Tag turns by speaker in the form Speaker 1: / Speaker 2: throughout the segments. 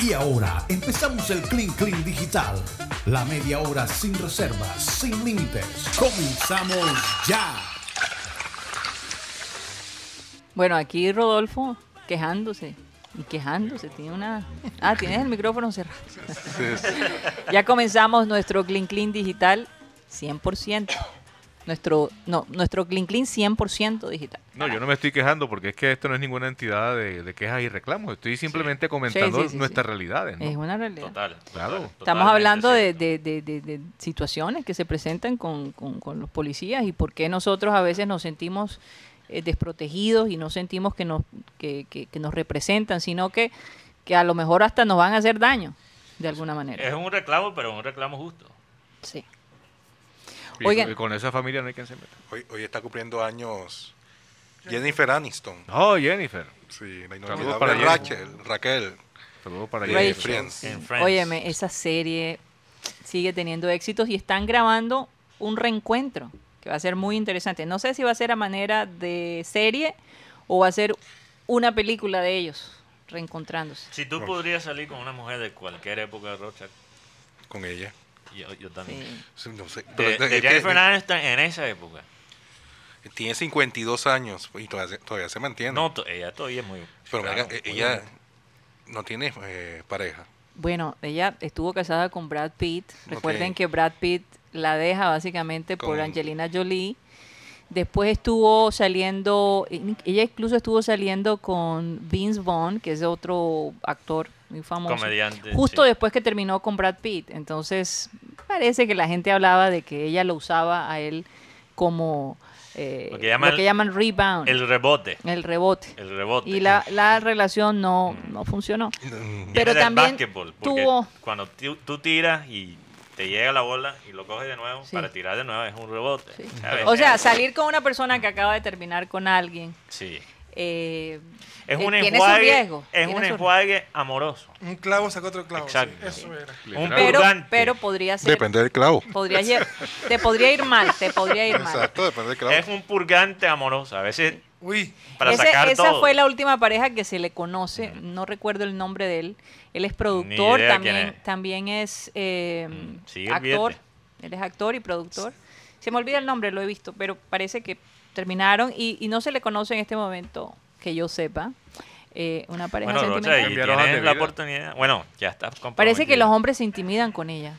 Speaker 1: Y ahora empezamos el Clean Clean Digital. La media hora sin reservas, sin límites. Comenzamos ya.
Speaker 2: Bueno, aquí Rodolfo quejándose y quejándose. Tiene una. Ah, tienes el micrófono cerrado. ya comenzamos nuestro Clean Clean Digital 100%. Nuestro, no, nuestro Clean Clean 100% digital.
Speaker 3: No, yo no me estoy quejando porque es que esto no es ninguna entidad de, de quejas y reclamos. Estoy simplemente comentando
Speaker 2: sí, sí,
Speaker 3: nuestras
Speaker 2: sí.
Speaker 3: realidades. ¿no?
Speaker 2: Es una realidad.
Speaker 4: Total.
Speaker 3: Claro.
Speaker 4: total,
Speaker 2: Estamos hablando de,
Speaker 4: totalmente
Speaker 2: de- de- de- de situaciones que se presentan con, con- con los policías y por qué nosotros a veces nos sentimos eh, desprotegidos y no sentimos que nos, que, que- que nos representan, sino que, que a lo mejor hasta nos van a hacer daño de alguna
Speaker 4: cierto. Es
Speaker 2: manera.
Speaker 4: un reclamo, pero un reclamo justo.
Speaker 2: Sí.
Speaker 3: Y,
Speaker 2: Oigan.
Speaker 3: y con esa familia no hay quien se meta.
Speaker 5: Hoy, hoy está cumpliendo años Jennifer Aniston.
Speaker 3: No, Jennifer.
Speaker 5: Sí, la
Speaker 3: Saludos
Speaker 5: inolvidable
Speaker 3: para Jennifer.
Speaker 5: Rachel, Raquel. eh,
Speaker 3: Saludos para
Speaker 5: de
Speaker 2: Rachel.
Speaker 3: Jennifer.
Speaker 5: Friends.
Speaker 4: En Friends.
Speaker 2: Óyeme, esa serie sigue teniendo éxitos y están grabando un reencuentro que va a ser muy interesante. No sé si va a ser a manera de serie o va a ser una película de ellos reencontrándose.
Speaker 4: Si tú podrías salir con una mujer de cualquier época de Rocha,
Speaker 5: Con ella.
Speaker 4: yo, yo también.
Speaker 2: Sí.
Speaker 5: Sí, no sé, pero
Speaker 4: De,
Speaker 5: es
Speaker 4: de
Speaker 5: que- eh,
Speaker 4: Jennifer Aniston en esa época.
Speaker 5: Tiene 52 años y todavía, se- todavía se mantiene.
Speaker 4: No, to- ella todavía es muy.
Speaker 5: pero
Speaker 4: claro,
Speaker 5: mira, eh,
Speaker 4: muy
Speaker 5: ella
Speaker 4: bonita.
Speaker 5: no tiene eh, pareja.
Speaker 2: Bueno, ella estuvo casada con Brad Pitt. Recuerden
Speaker 5: Ok.
Speaker 2: que Brad Pitt la deja básicamente por
Speaker 5: Con-
Speaker 2: Angelina Jolie. Después estuvo saliendo, in- ella incluso estuvo saliendo con Vince Vaughn, que es otro actor muy famoso.
Speaker 4: Comediante,
Speaker 2: Justo
Speaker 4: sí.
Speaker 2: después que terminó con Brad Pitt. Entonces, parece que la gente hablaba de que ella lo usaba a él como eh,
Speaker 4: Lo que llaman-
Speaker 2: lo que llaman rebound, el,
Speaker 4: El rebote.
Speaker 2: rebote.
Speaker 4: El rebote.
Speaker 2: Y la, la relación no, no funcionó.
Speaker 5: Mm,
Speaker 2: Pero
Speaker 4: Viene del
Speaker 2: también
Speaker 4: básquetbol, porque
Speaker 2: tuvo-
Speaker 4: Cuando ti- tú tiras y te llega la bola y lo coges de nuevo,
Speaker 2: Sí.
Speaker 4: para tirar de nuevo es un rebote.
Speaker 2: Sí.
Speaker 4: ¿sabes?
Speaker 2: O sea,
Speaker 4: Es-
Speaker 2: salir con una persona que acaba de terminar con alguien
Speaker 4: Sí.
Speaker 2: eh,
Speaker 4: Es
Speaker 2: eh,
Speaker 4: un
Speaker 2: tiene su
Speaker 4: enjuague.
Speaker 2: riesgo.
Speaker 4: es
Speaker 2: tiene
Speaker 4: un
Speaker 2: su-
Speaker 4: enjuague amoroso.
Speaker 6: Un clavo saca otro clavo. sí,
Speaker 4: Exacto.
Speaker 6: eso era.
Speaker 4: Un
Speaker 3: Literal.
Speaker 2: Pero,
Speaker 4: purgante.
Speaker 2: pero podría ser.
Speaker 5: Depende del clavo.
Speaker 2: podría lle- te podría ir mal, te podría ir mal.
Speaker 5: Exacto, depende del clavo.
Speaker 4: Es un purgante amoroso. A veces
Speaker 6: Uy,
Speaker 4: para
Speaker 2: Ese-
Speaker 4: sacar
Speaker 2: esa
Speaker 4: todo.
Speaker 2: fue la última pareja que se le conoce, no recuerdo el nombre de él. Él es productor,
Speaker 4: idea quién
Speaker 2: también
Speaker 4: es.
Speaker 2: también es eh,
Speaker 4: Mm, sí,
Speaker 2: actor.
Speaker 4: olvídate.
Speaker 2: Él es actor y productor. Se me olvida el nombre, lo he visto, pero parece que terminaron y, y no se le conoce en este momento, que yo sepa, eh, una pareja
Speaker 4: Bueno, Rocha,
Speaker 2: sentimental.
Speaker 4: ahí
Speaker 3: Cambiaron
Speaker 4: tienes
Speaker 3: de
Speaker 4: la
Speaker 3: vida.
Speaker 4: oportunidad. Bueno, ya está. comprometida.
Speaker 2: Parece que los hombres se intimidan con ella.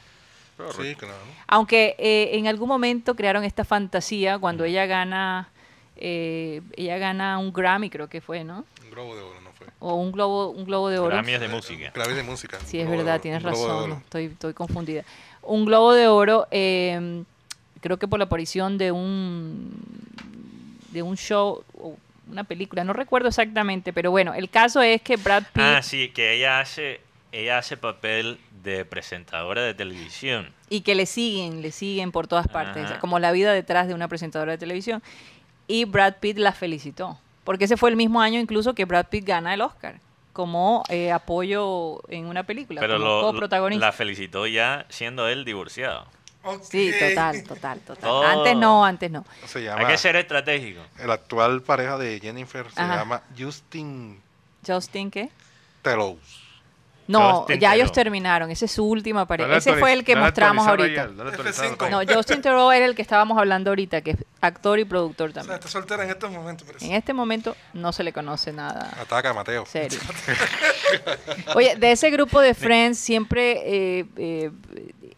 Speaker 3: Pero Rachel.
Speaker 5: Sí, claro.
Speaker 2: Aunque eh, en algún momento crearon esta fantasía cuando ella gana, eh, ella gana un Grammy, creo que fue, ¿no?
Speaker 5: Un globo de oro no fue.
Speaker 2: O un globo, un globo de oro.
Speaker 4: Grammy es de música.
Speaker 5: Clave de música.
Speaker 2: Sí, es
Speaker 5: Globo de
Speaker 2: verdad,
Speaker 5: oro,
Speaker 2: tienes
Speaker 5: globo de
Speaker 2: razón.
Speaker 5: oro.
Speaker 2: Estoy, estoy confundida. Un globo de oro, eh, creo que por la aparición de un de un show o una película, no recuerdo exactamente, pero bueno, el caso es que Brad Pitt
Speaker 4: Ah, sí, que ella hace, ella hace papel de presentadora de televisión.
Speaker 2: y que le siguen, le siguen por todas partes,
Speaker 4: Ajá.
Speaker 2: como la vida detrás de una presentadora de televisión. Y Brad Pitt la felicitó, porque ese fue el mismo año incluso que Brad Pitt gana el Oscar como eh, apoyo en una película,
Speaker 4: Pero
Speaker 2: como
Speaker 4: lo,
Speaker 2: coprotagonista.
Speaker 4: la felicitó ya siendo él divorciado.
Speaker 6: ok.
Speaker 2: Sí, total, total, total.
Speaker 4: Oh.
Speaker 2: Antes no, antes no.
Speaker 5: Se
Speaker 4: Hay
Speaker 5: llama.
Speaker 4: que ser estratégico.
Speaker 5: El actual pareja de Jennifer se
Speaker 2: Ajá.
Speaker 5: llama Justin
Speaker 2: Justin, ¿qué?
Speaker 5: Telos.
Speaker 2: No,
Speaker 4: Justin
Speaker 2: ya ellos
Speaker 4: Theroux.
Speaker 2: terminaron. Esa es su última pareja.
Speaker 3: Dale
Speaker 2: Ese fue
Speaker 3: actualiz-
Speaker 2: el que
Speaker 3: dale
Speaker 2: mostramos
Speaker 3: actualizar,
Speaker 2: ahorita.
Speaker 3: Rayel, dale actualizar,
Speaker 6: F5.
Speaker 2: No,
Speaker 3: Rayel.
Speaker 2: Justin Theroux era el que estábamos hablando ahorita, que es actor y productor
Speaker 6: O sea,
Speaker 2: también.
Speaker 6: está soltera en estos momentos. Pero
Speaker 2: En este momento no se le conoce
Speaker 4: Ah,
Speaker 2: nada
Speaker 5: Ataca, Mateo.
Speaker 2: serio. Oye, de ese grupo de Friends siempre eh, eh,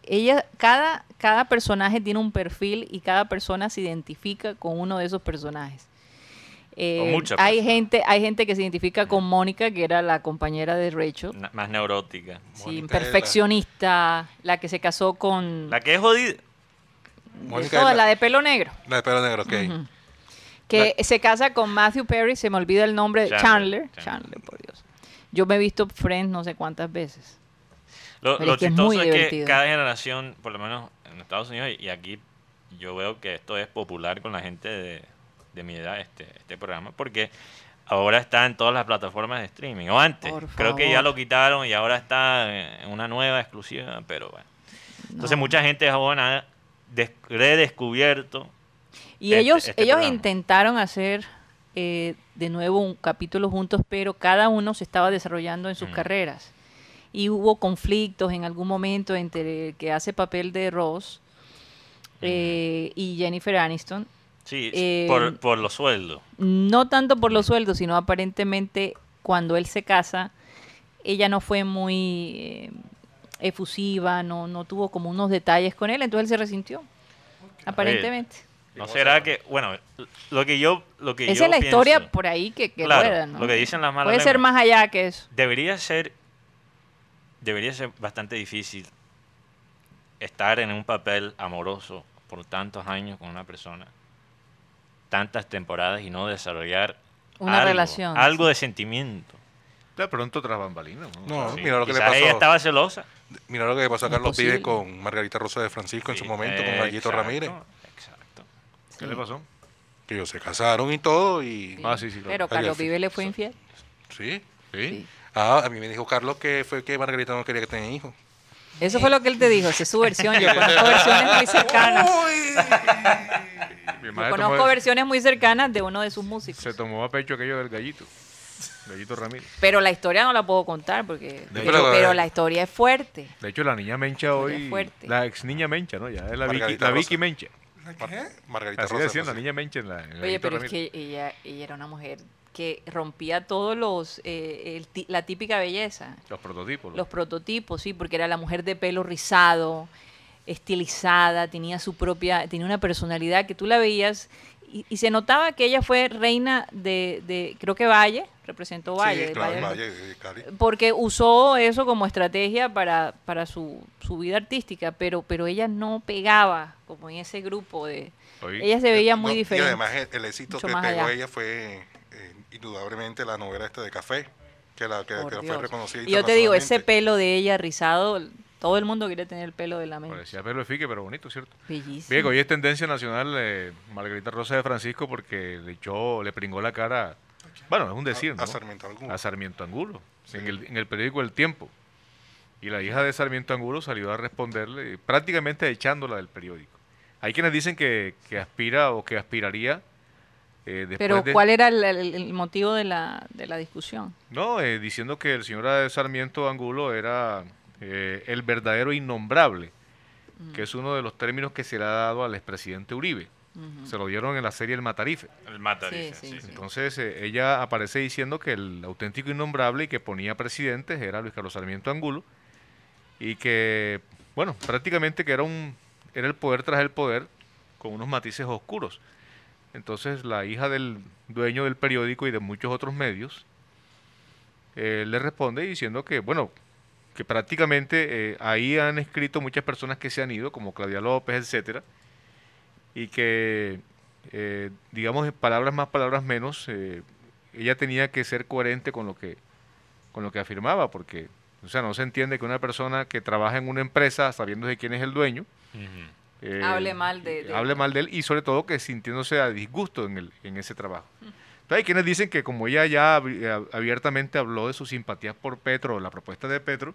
Speaker 2: ella cada cada personaje tiene un perfil y cada persona se identifica con uno de esos personajes. Eh,
Speaker 4: Con muchas
Speaker 2: hay
Speaker 4: personas.
Speaker 2: gente hay gente que se identifica con Mónica que era la compañera de Rachel.
Speaker 4: Na- Más neurótica.
Speaker 2: Sí,
Speaker 5: Mónica
Speaker 2: perfeccionista, la que se casó con eh,
Speaker 4: La que es jodida.
Speaker 5: Mónica
Speaker 2: toda,
Speaker 5: es
Speaker 2: la de pelo negro,
Speaker 5: La de pelo negro, ok.
Speaker 2: que se casa con Matthew Perry, se me olvida el nombre, de Chandler,
Speaker 4: Chandler,
Speaker 2: Chandler,
Speaker 4: Chandler.
Speaker 2: por Dios. Yo me he visto Friends no sé cuántas veces.
Speaker 4: Lo,
Speaker 2: Pero
Speaker 4: lo
Speaker 2: es que es
Speaker 4: chistoso
Speaker 2: muy
Speaker 4: es, que
Speaker 2: divertido.
Speaker 4: cada generación, por lo menos en Estados Unidos y aquí, yo veo que esto es popular con la gente de, de mi edad, este, este programa, porque ahora está en todas las plataformas de streaming, o antes.
Speaker 2: Por
Speaker 4: Creo que ya
Speaker 2: favor.
Speaker 4: lo quitaron y ahora está en una nueva exclusiva, pero bueno. Entonces
Speaker 2: No.
Speaker 4: mucha gente joven ha des- redescubierto.
Speaker 2: Y
Speaker 4: este-
Speaker 2: ellos,
Speaker 4: este
Speaker 2: ellos
Speaker 4: programa.
Speaker 2: intentaron hacer eh, de nuevo un capítulo juntos, pero cada uno se estaba desarrollando en sus
Speaker 4: Mm.
Speaker 2: carreras. y hubo conflictos en algún momento entre el que hace papel de Ross
Speaker 4: Mm.
Speaker 2: eh, y Jennifer Aniston.
Speaker 4: Sí,
Speaker 2: Eh,
Speaker 4: por, por los sueldos.
Speaker 2: No tanto por los sueldos, sino aparentemente cuando él se casa, ella no fue muy eh, efusiva, no, no tuvo como unos detalles con él, entonces él se resintió, aparentemente.
Speaker 4: ¿No será que, bueno, lo que yo, lo que
Speaker 2: Esa
Speaker 4: yo
Speaker 2: es la historia
Speaker 4: pienso,
Speaker 2: por ahí que, que
Speaker 4: Claro,
Speaker 2: rueda, ¿no?
Speaker 4: lo que dicen las malas
Speaker 2: Puede ser
Speaker 4: lenguas.
Speaker 2: más allá que eso.
Speaker 4: debería ser, debería ser bastante difícil estar en un papel amoroso por tantos años con una persona, tantas temporadas y no desarrollar
Speaker 2: Una
Speaker 4: algo,
Speaker 2: relación,
Speaker 4: algo de sentimiento.
Speaker 3: De pronto tras bambalinas. ¿no?
Speaker 5: No,
Speaker 3: O sea,
Speaker 4: Sí,
Speaker 5: mira lo que le
Speaker 4: quizás ella
Speaker 5: pasó.
Speaker 4: estaba celosa.
Speaker 5: Mira lo que le pasó a
Speaker 2: No es
Speaker 5: Carlos Vive
Speaker 2: posible.
Speaker 5: con Margarita Rosa de Francisco en su
Speaker 4: Sí,
Speaker 5: momento, con Gallito
Speaker 4: exacto,
Speaker 5: Ramírez.
Speaker 4: Exacto.
Speaker 3: ¿Qué le pasó?
Speaker 5: Que ellos se casaron y todo y...
Speaker 3: Ah, sí, sí.
Speaker 2: Pero
Speaker 3: claro.
Speaker 2: Carlos Vive le fue infiel.
Speaker 5: Sí.
Speaker 3: Sí.
Speaker 5: Ah, a mí me dijo Carlos que fue que Margarita no quería que tenga hijos.
Speaker 2: Eso fue lo que él te dijo, esa es su versión. Yo conozco versiones muy cercanas.
Speaker 3: Mi
Speaker 2: Yo
Speaker 3: madre tomó-
Speaker 4: pues.
Speaker 2: conozco versiones muy cercanas de uno de sus músicos.
Speaker 3: se tomó a pecho aquello del gallito. Gallito Ramírez.
Speaker 2: Pero la historia no la puedo contar porque.
Speaker 3: De
Speaker 2: Pero,
Speaker 5: hecho-
Speaker 2: pero la historia es fuerte.
Speaker 3: De hecho, la niña Mencha hoy.
Speaker 2: fuerte.
Speaker 3: La ex niña Mencha, ¿no? Ya es la Vicky,
Speaker 5: Margarita
Speaker 3: la Vicky
Speaker 5: Rosa.
Speaker 3: Mencha.
Speaker 6: ¿La
Speaker 5: Mar-
Speaker 6: qué?
Speaker 5: Margarita
Speaker 3: Así
Speaker 5: Rosa.
Speaker 3: decían,
Speaker 5: no
Speaker 3: la
Speaker 5: sé.
Speaker 3: niña Mencha en la. en el
Speaker 2: Oye,
Speaker 3: Gallito
Speaker 2: pero es
Speaker 3: Ramírez.
Speaker 2: que ella, ella era una mujer que rompía todos los. eh, el ti- la típica belleza.
Speaker 3: Los prototipos.
Speaker 2: Los prototipos, sí, porque era la mujer de pelo rizado, estilizada, tenía su propia, tenía una personalidad que tú la veías y, y se notaba que ella fue reina de, de- creo que Valle, representó Valle,
Speaker 5: Sí,
Speaker 2: del
Speaker 5: claro,
Speaker 2: Valle del-
Speaker 5: Valle, sí, Cali.
Speaker 2: porque usó eso como estrategia para, para su, su vida artística, pero, pero ella no pegaba como en ese grupo de...
Speaker 3: Oye,
Speaker 2: Ella se veía
Speaker 5: eh, No,
Speaker 2: muy
Speaker 5: Y
Speaker 2: diferente.
Speaker 5: además el, el éxito
Speaker 2: Mucho
Speaker 5: que
Speaker 2: más
Speaker 5: pegó
Speaker 2: allá.
Speaker 5: ella fue eh, indudablemente la novela esta de Café, que la que,
Speaker 2: por
Speaker 5: que fue
Speaker 2: Dios.
Speaker 5: reconocida
Speaker 2: y yo te digo, ese
Speaker 5: internacionalmente.
Speaker 2: pelo de ella rizado, todo el mundo quería tener el pelo de la mente.
Speaker 3: Parecía pelo de fique, pero bonito, ¿cierto? Bien,
Speaker 2: Bellísimo.
Speaker 3: hoy es tendencia nacional eh, Margarita Rosa de Francisco porque le echó, le pringó la cara. Bueno, es un decir, ¿no?
Speaker 5: A, a Sarmiento Angulo.
Speaker 3: a Sarmiento Angulo,
Speaker 5: Sí.
Speaker 3: en, el, en el periódico El Tiempo. Y la hija de Sarmiento Angulo salió a responderle, eh, prácticamente echándola del periódico. Hay quienes dicen que, que aspira o que aspiraría eh, después
Speaker 2: Pero
Speaker 3: de-
Speaker 2: ¿cuál era el, el- el motivo de la, de la discusión?
Speaker 3: No, eh, diciendo que el señor de Sarmiento Angulo era eh, el verdadero innombrable, que es uno de los términos que se le ha dado al expresidente Uribe.
Speaker 2: Ujú.
Speaker 3: Se lo dieron en la serie El Matarife.
Speaker 4: El mata,
Speaker 2: Sí,
Speaker 4: dice,
Speaker 2: sí,
Speaker 4: sí,
Speaker 2: sí.
Speaker 4: sí.
Speaker 3: Entonces eh, ella aparece diciendo que el auténtico innombrable y que ponía presidentes era Luis Carlos Sarmiento Angulo y que, bueno, prácticamente que era, un, era el poder tras el poder con unos matices oscuros. Entonces la hija del dueño del periódico y de muchos otros medios eh, le responde diciendo que, bueno, que prácticamente eh, ahí han escrito muchas personas que se han ido, como Claudia López, etcétera, y que, eh, digamos, en palabras más, palabras menos, eh, ella tenía que ser coherente con lo que, con lo que afirmaba, porque, o sea, no se entiende que una persona que trabaja en una empresa sabiendo de quién es el dueño,
Speaker 4: Ujú.
Speaker 3: eh,
Speaker 2: Hable mal de- de-
Speaker 3: hable mal de él y sobre todo que sintiéndose a disgusto en, el, en ese trabajo. Entonces, hay quienes dicen que como ella ya abri- a- abiertamente habló de sus simpatías por Petro, la propuesta de Petro,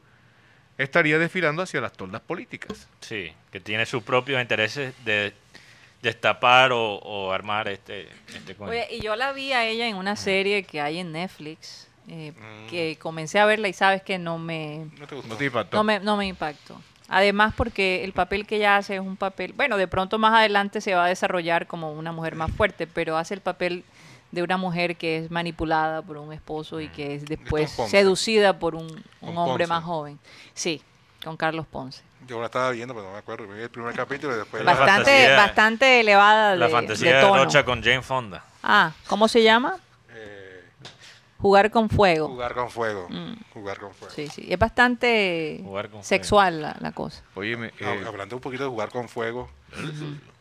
Speaker 3: estaría desfilando hacia las toldas políticas.
Speaker 4: Sí, que tiene sus propios intereses de destapar o, o armar este, este cuento.
Speaker 2: Oye, y yo la vi a ella en una serie que hay en Netflix, eh,
Speaker 5: Mm.
Speaker 2: que comencé a verla y sabes que no me,
Speaker 5: No te gustó.
Speaker 3: No te impactó.
Speaker 2: no me, no me impactó. Además porque el papel que ella hace es un papel, bueno, de pronto más adelante se va a desarrollar como una mujer más fuerte, pero hace el papel de una mujer que es manipulada por un esposo y que
Speaker 4: Mm.
Speaker 2: es después
Speaker 5: Ponce.
Speaker 2: seducida por un, un
Speaker 5: Con
Speaker 2: hombre
Speaker 5: Ponce.
Speaker 2: más joven. Sí, con Carlos Ponce.
Speaker 5: Yo la estaba viendo, pero no me acuerdo. Vi el primer capítulo y después...
Speaker 4: La
Speaker 2: Bastante,
Speaker 4: fantasía-
Speaker 2: bastante elevada de,
Speaker 4: la
Speaker 2: de
Speaker 4: fantasía de,
Speaker 2: tono.
Speaker 4: Rocha con Jane Fonda.
Speaker 2: Ah, ¿cómo se llama?
Speaker 5: eh,
Speaker 2: Jugar con fuego.
Speaker 5: jugar con fuego. Jugar con fuego.
Speaker 2: Mm. Sí, sí. Es bastante
Speaker 4: Jugar con
Speaker 2: sexual la, la cosa.
Speaker 3: Óyeme,
Speaker 5: Ha-
Speaker 3: eh,
Speaker 5: Ah, Hablando un poquito de jugar con fuego,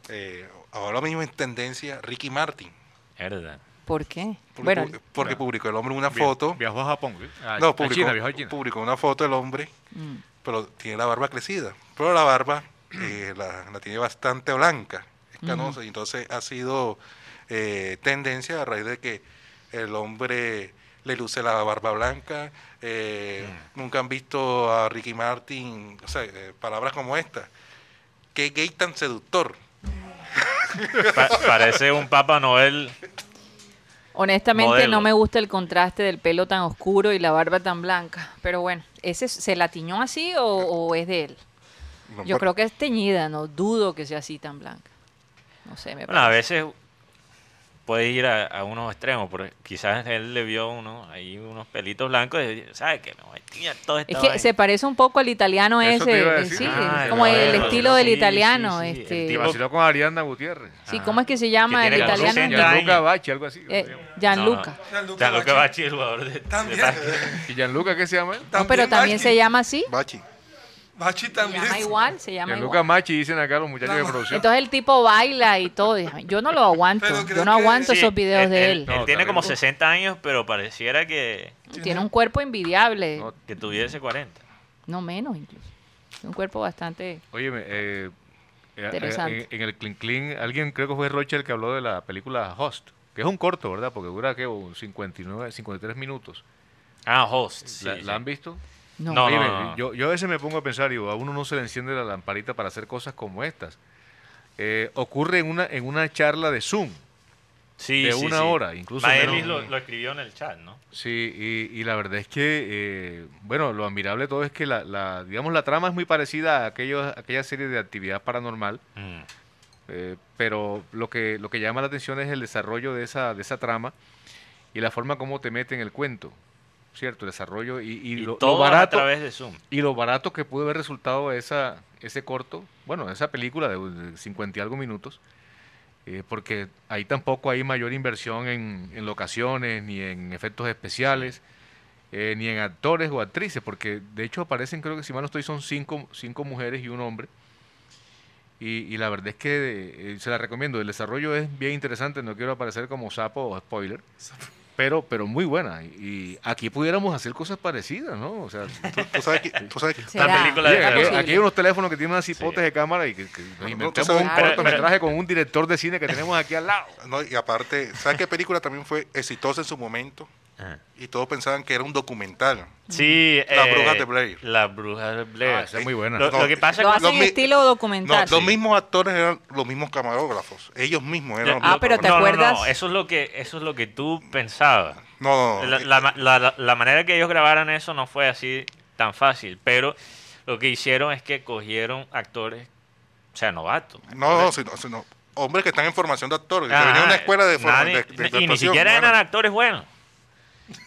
Speaker 5: eh, ahora mismo en tendencia Ricky Martin.
Speaker 4: Verdad.
Speaker 2: ¿Por qué?
Speaker 5: Porque,
Speaker 2: bueno,
Speaker 5: pu- porque publicó el hombre una
Speaker 3: via-
Speaker 5: foto.
Speaker 3: Viajó a Japón. ¿eh? A- a
Speaker 5: no, publicó,
Speaker 3: China, viajó a China.
Speaker 5: publicó una foto del hombre,
Speaker 2: mm,
Speaker 5: pero tiene la barba crecida. Pero la barba eh, la, la tiene bastante blanca, es
Speaker 2: Mm.
Speaker 5: canosa, y entonces ha sido eh, tendencia a raíz de que el hombre le luce la barba blanca. eh,
Speaker 3: Mm.
Speaker 5: Nunca han visto a Ricky Martin, o sea, eh, palabras como esta. Qué gay tan seductor.
Speaker 4: Pa- parece un Papa Noel
Speaker 2: Honestamente
Speaker 4: Modelo.
Speaker 2: no me gusta el contraste del pelo tan oscuro y la barba tan blanca. Pero bueno, ¿ese s- se la tiñó así o, o es de él?
Speaker 5: No,
Speaker 2: Yo
Speaker 5: por-
Speaker 2: creo que es teñida, no dudo que sea así tan blanca. No sé, me
Speaker 4: Bueno, a
Speaker 2: parece.
Speaker 4: veces puede ir a, a unos extremos, porque quizás él le vio uno, ahí unos pelitos blancos y ¿sabes qué? Me voy a tiñar toda esta
Speaker 2: Es que
Speaker 4: vaina".
Speaker 2: se parece un poco al italiano
Speaker 3: Eso te
Speaker 2: ese,
Speaker 3: iba a
Speaker 2: eh,
Speaker 3: decir.
Speaker 2: sí,
Speaker 4: Ah,
Speaker 2: es como
Speaker 4: el
Speaker 2: el
Speaker 4: italiano.
Speaker 2: estilo del
Speaker 4: Sí, sí,
Speaker 2: italiano,
Speaker 4: sí, sí, el
Speaker 2: este,
Speaker 3: Y
Speaker 4: tipo-
Speaker 3: vaciló con Ariana Gutiérrez. Ah,
Speaker 2: sí,
Speaker 4: Ajá.
Speaker 2: ¿cómo es que se
Speaker 4: Que
Speaker 2: llama el
Speaker 4: tiene como
Speaker 2: italiano?
Speaker 4: 60 años.
Speaker 3: Gianluca Bachi, algo así.
Speaker 2: Eh,
Speaker 4: No, no.
Speaker 2: Gianluca.
Speaker 6: Gianluca
Speaker 4: Gianluca
Speaker 6: Bachi.
Speaker 4: Bachi, el jugador de, de
Speaker 6: También.
Speaker 4: básquet.
Speaker 3: ¿Y Gianluca qué se llama él?
Speaker 2: No, pero también se llama así.
Speaker 5: Bachi.
Speaker 6: Bachi
Speaker 2: Se
Speaker 6: también.
Speaker 2: llama igual, se llama
Speaker 3: Gianluca
Speaker 2: igual.
Speaker 3: Machi, dicen acá los muchachos de
Speaker 6: No.
Speaker 3: producción.
Speaker 2: Entonces el tipo baila y todo. y- Yo no lo aguanto.
Speaker 6: Pero creo
Speaker 2: Yo no
Speaker 6: que-
Speaker 2: aguanto
Speaker 6: Todos
Speaker 2: esos videos de él.
Speaker 4: Él
Speaker 3: No,
Speaker 4: tiene como
Speaker 3: terrible.
Speaker 4: 60 años, pero pareciera que,
Speaker 2: Tiene un cuerpo envidiable.
Speaker 3: No,
Speaker 4: que tuviese 40.
Speaker 2: No menos incluso. Un cuerpo bastante...
Speaker 3: Óyeme, eh, eh,
Speaker 2: Interesante.
Speaker 3: eh, en, en el Clean Clean, alguien creo que fue Roche el que habló de la película Host, que es un corto, ¿verdad? Porque dura, ¿qué? Un 59, 53 minutos.
Speaker 4: Ah, host. sí,
Speaker 3: ¿La,
Speaker 4: sí.
Speaker 3: la han visto?
Speaker 2: No.
Speaker 4: No,
Speaker 3: Óyeme,
Speaker 4: no, no.
Speaker 3: Yo, yo a veces me pongo a pensar, digo, a uno no se le enciende la lamparita para hacer cosas como estas. Eh, ocurre en una, en una charla de Zoom,
Speaker 4: Sí,
Speaker 3: de
Speaker 4: sí,
Speaker 3: una
Speaker 4: sí.
Speaker 3: hora, incluso
Speaker 4: Maelis
Speaker 3: menos.
Speaker 4: lo, lo escribió en el chat, ¿no?
Speaker 3: Sí, y, y la verdad es que, eh, bueno, lo admirable de todo es que la, la- digamos, la trama es muy parecida a aquellos, aquella serie de actividad paranormal,
Speaker 4: Mm.
Speaker 3: eh, pero lo que, lo que llama la atención es el desarrollo de esa, de esa trama y la forma como te meten el cuento, ¿cierto? El desarrollo y, y
Speaker 4: Y,
Speaker 3: lo, lo
Speaker 4: todo a
Speaker 3: barato,
Speaker 4: través de Zoom.
Speaker 3: y lo barato que pudo haber resultado esa, ese corto, bueno, esa película de, de 50 y algo minutos, eh, porque ahí tampoco hay mayor inversión en, en locaciones, ni en efectos especiales, eh, ni en actores o actrices, porque de hecho aparecen, creo que si mal no estoy, son cinco, cinco mujeres y un hombre. Y, y la verdad es que eh, se la recomiendo. El desarrollo es bien interesante, no quiero aparecer como sapo o spoiler. Pero, pero muy buena. Y aquí pudiéramos hacer cosas parecidas, ¿no? O sea,
Speaker 5: Tú, tú sabes que, tú sabes que-
Speaker 2: ¿Será?
Speaker 4: La película de-
Speaker 3: Oye,
Speaker 2: ¿Será
Speaker 3: aquí,
Speaker 4: Claro.
Speaker 3: aquí
Speaker 2: posible?
Speaker 3: hay unos teléfonos que tienen unas hipotes
Speaker 4: Sí.
Speaker 3: de cámara y que, que nos inventamos
Speaker 5: sabes-
Speaker 3: un
Speaker 2: Claro.
Speaker 3: cortometraje con un director de cine que tenemos aquí al lado.
Speaker 5: no, y aparte, ¿sabes qué película también fue exitosa en su momento?
Speaker 3: Ah.
Speaker 4: Ajá.
Speaker 5: Y todos pensaban que era un documental.
Speaker 4: Sí,
Speaker 5: Las
Speaker 4: eh,
Speaker 5: Brujas de Blair.
Speaker 4: Las brujas de Blair.
Speaker 3: Ah, esa es muy buena.
Speaker 4: Lo, lo que pasa
Speaker 2: Lo
Speaker 4: con-
Speaker 5: hace-
Speaker 2: hacen
Speaker 5: mi-
Speaker 2: estilo
Speaker 5: No,
Speaker 2: documental.
Speaker 5: los mismos actores eran los mismos camarógrafos. Ellos mismos eran los
Speaker 2: Ah,
Speaker 5: mismos
Speaker 2: pero te
Speaker 4: no, no,
Speaker 2: acuerdas-
Speaker 4: no, eso es lo que eso es lo que tú pensabas.
Speaker 5: camarógrafos. No, eh, no, no.
Speaker 4: La, la ma- la- la- la manera que ellos grabaron eso no fue así tan fácil, pero lo que hicieron es que cogieron actores, o sea, novatos.
Speaker 5: No, no, sino, sino hombres que están en formación de actores, que venían de una
Speaker 4: Ajá,
Speaker 5: escuela de
Speaker 4: nadie-
Speaker 5: formación de, de
Speaker 4: Y ni
Speaker 5: actuación,
Speaker 4: siquiera
Speaker 5: no
Speaker 4: eran
Speaker 5: eran-
Speaker 4: actores buenos.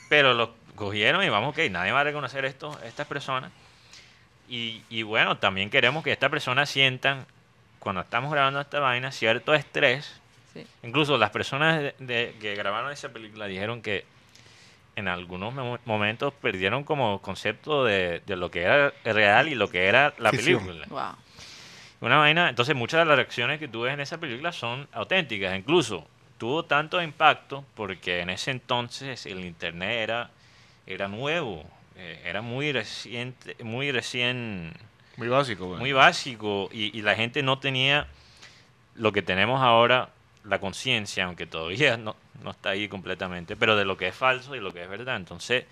Speaker 4: Pero los cogieron y vamos, ok, nadie va a reconocer esto, estas personas. Y, y bueno, también queremos que estas personas sientan, cuando estamos grabando esta vaina, cierto estrés.
Speaker 2: Sí.
Speaker 4: Incluso las personas de- de- que grabaron esa película dijeron que en algunos mo- momentos perdieron como concepto de, de lo que era real y lo que era la
Speaker 5: Ficción.
Speaker 4: película.
Speaker 2: Wow.
Speaker 4: Una vaina, entonces muchas de las reacciones que tú ves en esa película son auténticas, incluso tuvo tanto impacto porque en ese entonces el internet era, era nuevo, eh, era muy reciente, muy recién,
Speaker 3: Muy básico, pues. güey.
Speaker 4: muy básico y, y la gente no tenía lo que tenemos ahora, la conciencia, aunque todavía no, no está ahí completamente, pero de lo que es falso y lo que es verdad. Entonces,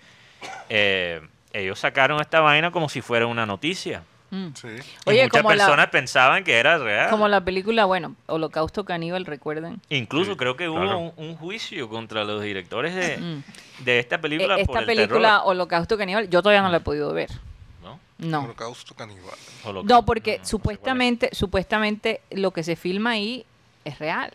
Speaker 4: eh, ellos sacaron esta vaina como si fuera una noticia.
Speaker 2: Mm.
Speaker 5: Sí.
Speaker 4: Y
Speaker 2: Oye,
Speaker 4: muchas
Speaker 2: como la-
Speaker 4: personas pensaban que era real.
Speaker 2: Como la película, bueno, Holocausto Caníbal, recuerden.
Speaker 4: Incluso
Speaker 3: Sí,
Speaker 4: creo que hubo
Speaker 3: claro.
Speaker 4: un, un juicio contra los directores de,
Speaker 2: Mm.
Speaker 4: de esta
Speaker 2: Eh,
Speaker 4: película. por
Speaker 2: Esta
Speaker 4: el
Speaker 2: película,
Speaker 4: terror,
Speaker 2: Holocausto Caníbal, yo todavía no la he podido ver.
Speaker 4: ¿no?
Speaker 2: No.
Speaker 5: Holocausto caníbal.
Speaker 4: O lo que-
Speaker 2: No, porque
Speaker 4: no, no sé cuál es.
Speaker 2: supuestamente, supuestamente lo que se filma ahí es real.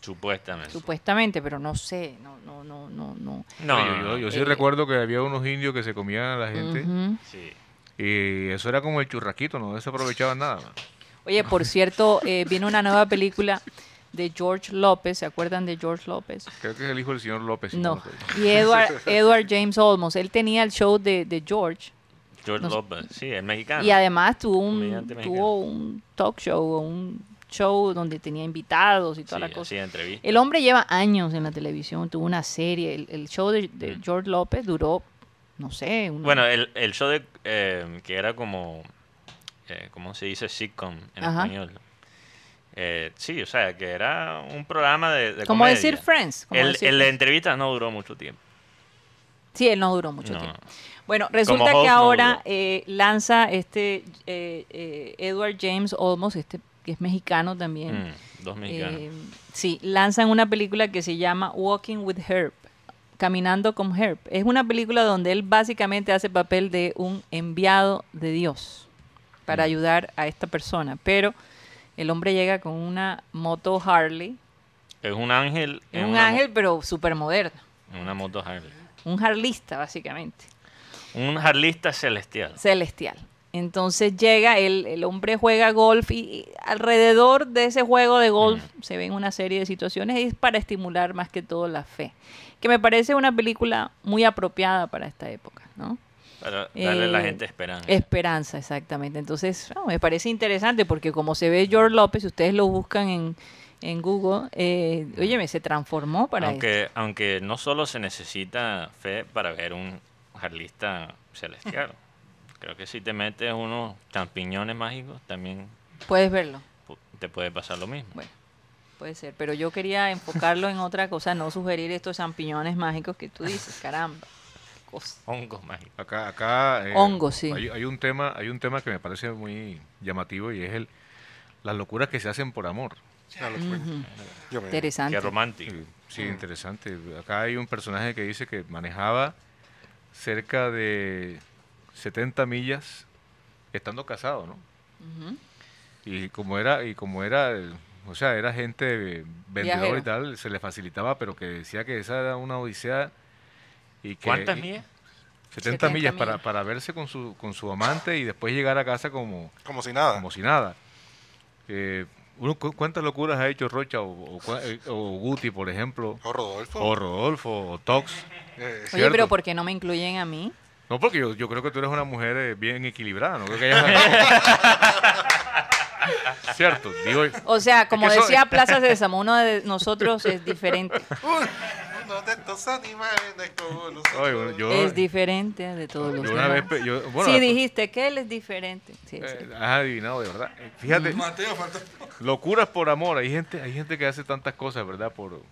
Speaker 4: Supuestamente.
Speaker 2: Supuestamente, pero no sé, no, no, no, no, no.
Speaker 4: no,
Speaker 3: Yo-
Speaker 4: no,
Speaker 3: yo, yo sí
Speaker 2: Eh.
Speaker 3: recuerdo que había unos indios que se comían a la gente
Speaker 2: Ujú.
Speaker 4: sí.
Speaker 3: y eso era como el churraquito, no desaprovechaban nada. man.
Speaker 2: Oye, por cierto, eh, viene una nueva película de George López, ¿se acuerdan de George López?
Speaker 3: Creo que es el hijo del señor López. si mal
Speaker 2: No.
Speaker 3: no estoy.
Speaker 2: Y Edward, Edward James Olmos, él tenía el show de, de George
Speaker 4: George
Speaker 2: No sé.
Speaker 4: Lopez, sí, el mexicano.
Speaker 2: y además tuvo
Speaker 4: Ah. comediante
Speaker 2: un,
Speaker 4: mexicano.
Speaker 2: tuvo un talk show, un show donde tenía invitados y toda la cosa.
Speaker 4: Sí, entrevista.
Speaker 2: El hombre lleva años en la televisión, tuvo una serie. El, el show de, de
Speaker 4: Mm.
Speaker 2: George López duró, no sé, un-
Speaker 4: Bueno, el, el show de, eh, que era como, eh, ¿cómo se dice? Sitcom en
Speaker 2: Ajá.
Speaker 4: español. Eh, sí, o sea, que era un programa de, de
Speaker 2: como
Speaker 4: comedia.
Speaker 2: decir Friends. como
Speaker 4: el,
Speaker 2: decir
Speaker 4: el- la
Speaker 2: Friends.
Speaker 4: entrevista no duró mucho tiempo.
Speaker 2: Sí, él no duró mucho
Speaker 4: No.
Speaker 2: tiempo. Bueno, resulta
Speaker 4: host
Speaker 2: que
Speaker 4: no
Speaker 2: ahora
Speaker 4: duró.
Speaker 2: eh, lanza este eh, eh, Edward James Olmos, este que es mexicano también.
Speaker 4: Mm, dos mexicanos.
Speaker 2: Eh, sí, lanzan una película que se llama Walking with Herb, Caminando con Herb. Es una película donde él básicamente hace papel de un enviado de Dios
Speaker 4: Mm.
Speaker 2: para ayudar a esta persona, pero el hombre llega con una moto Harley,
Speaker 4: es un ángel.
Speaker 2: es
Speaker 4: en
Speaker 2: un
Speaker 4: una mo-
Speaker 2: ángel pero súper moderna,
Speaker 4: en una moto Harley.
Speaker 2: un harlista básicamente.
Speaker 4: Un harlista celestial.
Speaker 2: celestial. Entonces llega, el, el hombre juega golf y, y alrededor de ese juego de golf se ven una serie de situaciones y es para estimular más que todo la fe. Que me parece una película muy apropiada para esta época, ¿no?
Speaker 4: Para darle a la
Speaker 2: Eh,
Speaker 4: gente esperanza.
Speaker 2: Esperanza, exactamente. Entonces, no, me parece interesante porque como se ve George López, si ustedes lo buscan en, en Google, eh, óyeme, se transformó para esto.
Speaker 4: aunque, aunque no solo se necesita fe para ver un harlista celestial. Creo que si te metes unos champiñones mágicos, también
Speaker 2: Puedes verlo.
Speaker 4: pu- te puede pasar lo mismo.
Speaker 2: Bueno, puede ser, pero yo quería enfocarlo en otra cosa, no sugerir estos champiñones mágicos que tú dices, caramba. Cosa.
Speaker 4: Hongos mágicos.
Speaker 3: Acá, acá eh,
Speaker 2: Hongos, sí.
Speaker 3: Hay, hay un tema, hay un tema que me parece muy llamativo y es el las locuras que se hacen por amor.
Speaker 5: Ya lo fue. Yo me-
Speaker 2: Interesante.
Speaker 4: Qué romántico.
Speaker 3: Sí,
Speaker 2: Mm.
Speaker 3: sí, interesante. Acá hay un personaje que dice que manejaba cerca de 70 millas estando casado, ¿no?
Speaker 2: Ujú.
Speaker 3: Y como era, y como era, eh, o sea, era gente vendedora
Speaker 2: Viajero.
Speaker 3: y tal, se le facilitaba, pero que decía que esa era una odisea y que
Speaker 4: ¿Cuántas
Speaker 3: y-
Speaker 4: millas?
Speaker 3: 70,
Speaker 2: 70
Speaker 3: millas para,
Speaker 2: millas.
Speaker 3: para verse con su, con su amante y después llegar a casa como,
Speaker 5: Como si
Speaker 2: Ah.
Speaker 5: nada.
Speaker 3: como si nada. Eh, uno, cu- ¿Cuántas locuras ha hecho Rocha o, o cua- eh, o Guti, por ejemplo?
Speaker 5: O Oh, Rodolfo.
Speaker 3: O Rodolfo, o Tox.
Speaker 5: Eh,
Speaker 2: Oye,
Speaker 3: cierto.
Speaker 2: pero ¿por qué no me incluyen a mí?
Speaker 3: No, porque yo, yo creo que tú eres una mujer eh, bien equilibrada, no creo que hayas... Cierto, digo...
Speaker 2: O sea, como
Speaker 3: que eso-
Speaker 2: decía Plaza Sésamo, uno de nosotros es diferente.
Speaker 5: uno de estos animales como
Speaker 3: Ay, bueno,
Speaker 5: nosotros.
Speaker 3: yo,
Speaker 2: Es diferente de todos los
Speaker 3: yo una vez...
Speaker 2: demás.
Speaker 3: pe- yo- bueno,
Speaker 2: sí,
Speaker 3: la-
Speaker 2: dijiste que él es diferente. Sí, es
Speaker 3: eh,
Speaker 2: cierto.
Speaker 3: has adivinado, de verdad. Eh, Fíjate,
Speaker 2: Mm.
Speaker 6: Mateo, falta.
Speaker 3: Locuras por amor. Hay gente, hay gente que hace tantas cosas, ¿verdad? Por,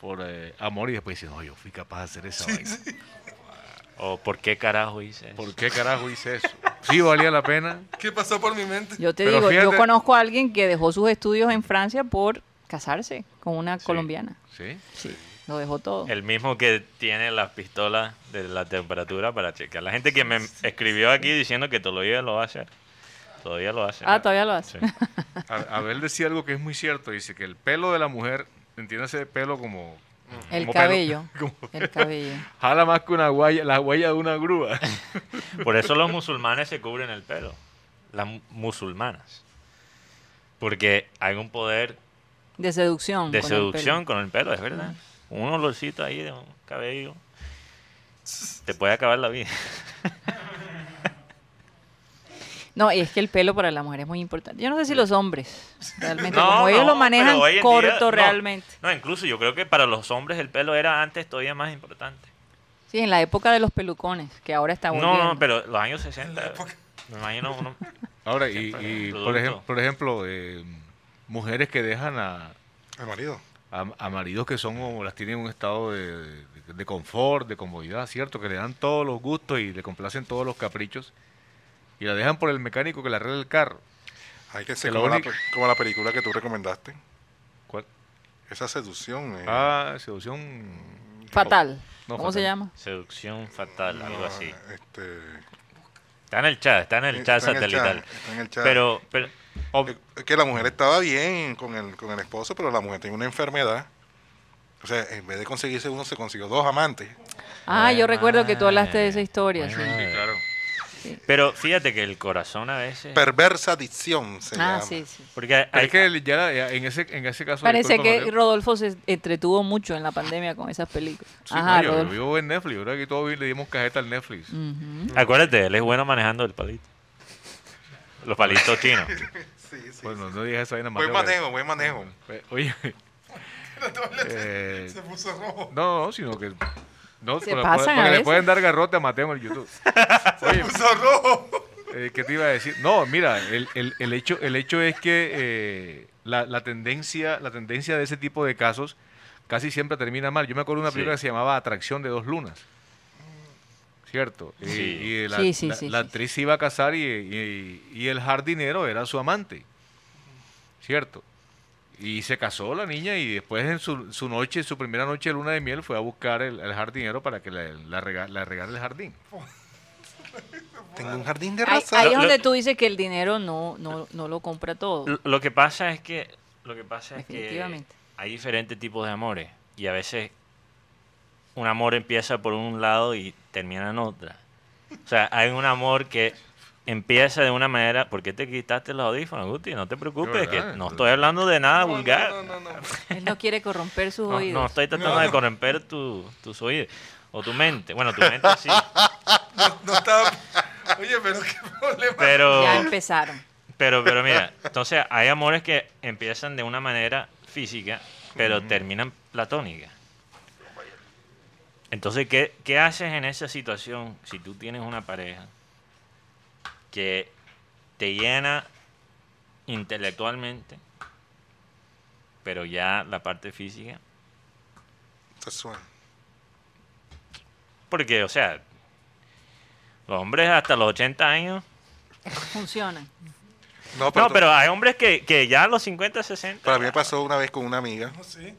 Speaker 3: por eh, amor y después dicen, no, yo fui capaz de hacer esa vaina.
Speaker 4: ¿O por qué carajo hice eso?
Speaker 3: ¿Por qué carajo hice eso? Sí, valía la pena.
Speaker 6: ¿Qué pasó por mi mente?
Speaker 2: Yo te
Speaker 3: pero
Speaker 2: digo, yo
Speaker 3: fíjate-
Speaker 2: conozco a alguien que dejó sus estudios en Francia por casarse con una
Speaker 3: Sí,
Speaker 2: colombiana.
Speaker 3: Sí.
Speaker 2: Sí, lo dejó todo.
Speaker 4: El mismo que tiene las pistolas de la temperatura para checar. La gente que me escribió aquí diciendo que todavía lo hace. Todavía lo hace.
Speaker 2: Ah, todavía lo hace.
Speaker 4: Sí.
Speaker 3: A- Abel decía algo que es muy cierto. Dice que el pelo de la mujer, entiéndase de pelo como...
Speaker 2: El
Speaker 3: como pelo,
Speaker 2: cabello.
Speaker 3: como-
Speaker 2: El cabello.
Speaker 3: jala más que una guaya, la huella de una grúa.
Speaker 4: Por eso los musulmanes se cubren el pelo. Las mu- musulmanas. Porque hay un poder
Speaker 2: De seducción.
Speaker 4: de
Speaker 2: con el pelo. Ah.
Speaker 4: seducción con el pelo, es verdad. Un olorcito ahí de un cabello. Te puede acabar la vida.
Speaker 2: No, y es que el pelo para la mujer es muy importante. Yo no sé si los hombres, realmente,
Speaker 4: No,
Speaker 2: como ellos
Speaker 4: no,
Speaker 2: lo manejan
Speaker 4: pero hoy en
Speaker 2: corto
Speaker 4: día, no.
Speaker 2: realmente.
Speaker 4: No, incluso yo creo que para los hombres el pelo era antes todavía más importante.
Speaker 2: Sí, en la época de los pelucones, que ahora está volviendo.
Speaker 4: No, no, pero los años 60. Me imagino uno.
Speaker 3: Ahora, y,
Speaker 4: Siempre
Speaker 3: y, por,
Speaker 4: producto.
Speaker 3: ejemplo, por ejemplo eh, mujeres que dejan a,
Speaker 5: El marido.
Speaker 3: a, a maridos que son como las tienen en un estado de, de- de confort, de comodidad, ¿cierto? Que le dan todos los gustos y le complacen todos los caprichos y la dejan por el mecánico que le arregla el carro.
Speaker 5: Hay que ser
Speaker 3: Que lo
Speaker 5: como, la,
Speaker 3: único-
Speaker 5: pe- como la película que tú recomendaste.
Speaker 3: ¿Cuál?
Speaker 5: Esa seducción. eh.
Speaker 3: Ah, seducción.
Speaker 2: Fatal.
Speaker 3: No,
Speaker 2: ¿Cómo se
Speaker 3: fatal.
Speaker 2: llama?
Speaker 4: Seducción fatal, algo
Speaker 5: No,
Speaker 4: así.
Speaker 5: este,
Speaker 4: Está en el chat, está en el chat
Speaker 5: está en el
Speaker 4: satelital.
Speaker 5: chat, está en el chat.
Speaker 4: Pero, pero ob-
Speaker 5: Eh, que la mujer estaba bien con el, con el esposo, pero la mujer tenía una enfermedad. O sea, en vez de conseguirse uno, se consiguió dos amantes.
Speaker 2: Ah, yo
Speaker 4: Ay,
Speaker 2: recuerdo que tú hablaste de esa
Speaker 4: madre.
Speaker 2: historia.
Speaker 4: Bueno.
Speaker 2: sí.
Speaker 3: Sí, claro.
Speaker 4: pero fíjate que el corazón a veces.
Speaker 5: Perversa adicción se
Speaker 2: Ah,
Speaker 5: llama.
Speaker 2: sí, sí.
Speaker 4: Porque hay,
Speaker 3: Pero es que ya la- ya en ese, en ese caso.
Speaker 2: Parece
Speaker 3: disculpa,
Speaker 2: que
Speaker 3: Mateo.
Speaker 2: Rodolfo se entretuvo mucho en la pandemia con esas películas.
Speaker 3: Sí, no,
Speaker 2: Ajá,
Speaker 3: yo- yo
Speaker 2: Rodolfo. Mm.
Speaker 3: vivo en Netflix. Ahora que todos le dimos cajeta al Netflix.
Speaker 2: Ujú.
Speaker 4: Acuérdate, él es bueno manejando el palito. Los palitos chinos.
Speaker 5: Sí, sí.
Speaker 3: bueno, no digas esa vaina
Speaker 5: Buen
Speaker 3: Pues Mateo,
Speaker 5: manejo, buen manejo.
Speaker 3: porque- Oye. eh,
Speaker 6: Se puso rojo.
Speaker 3: No, no, sino que. No,
Speaker 2: Se
Speaker 3: porque-
Speaker 2: pasan
Speaker 3: porque
Speaker 2: a
Speaker 3: le
Speaker 2: veces.
Speaker 3: pueden dar garrote a Mateo en el YouTube. eh, Oye,
Speaker 6: Puso rojo.
Speaker 3: eh, ¿qué te iba a decir? No, mira, el, el- el hecho, el hecho es que eh, la, la tendencia, la tendencia de ese tipo de casos casi siempre termina mal. Yo me acuerdo de una
Speaker 4: Sí.
Speaker 3: película que se llamaba Atracción de dos lunas. ¿Cierto? Y,
Speaker 4: Sí.
Speaker 3: y la,
Speaker 2: Sí, sí,
Speaker 3: la-
Speaker 2: sí,
Speaker 3: la
Speaker 2: sí,
Speaker 3: actriz se iba a casar y, y- y el jardinero era su amante. ¿cierto? Y se casó la niña y después en su, su noche, su primera noche de luna de miel, fue a buscar el, el jardinero para que le- la, rega- la regale el jardín.
Speaker 5: Tengo un jardín de
Speaker 2: Ahí,
Speaker 5: raza.
Speaker 2: ahí es
Speaker 4: Lo-
Speaker 2: donde tú dices que el dinero no, no, no lo compra todo.
Speaker 4: L- Lo que pasa es que, lo que, pasa es que
Speaker 2: Definitivamente.
Speaker 4: hay diferentes tipos de amores y a veces un amor empieza por un lado y termina en otra. O sea, hay un amor que empieza de una manera... ¿Por qué te quitaste los audífonos, Guti? No te preocupes, que
Speaker 3: verdad.
Speaker 4: no estoy hablando de nada
Speaker 6: No,
Speaker 4: vulgar.
Speaker 6: No, no, no, no.
Speaker 2: Él no quiere corromper sus
Speaker 4: No,
Speaker 2: oídos.
Speaker 4: no estoy tratando de corromper tu- tus oídos o tu mente. Bueno, tu mente sí,
Speaker 6: No estaba. Oye, pero qué problema.
Speaker 4: pero...
Speaker 2: Ya empezaron.
Speaker 4: Pero, pero mira, entonces hay amores que empiezan de una manera física, pero terminan platónica. Entonces, ¿qué, ¿qué haces en esa situación si tú tienes una pareja que te llena intelectualmente, pero ya la parte física?
Speaker 5: Te suena.
Speaker 4: Porque, o sea, los hombres hasta los 80 años...
Speaker 2: Funcionan.
Speaker 5: No, pero,
Speaker 4: No, pero hay hombres que, que ya a los 50, 60...
Speaker 5: para mí me pasó una vez con una amiga.
Speaker 6: No, sí.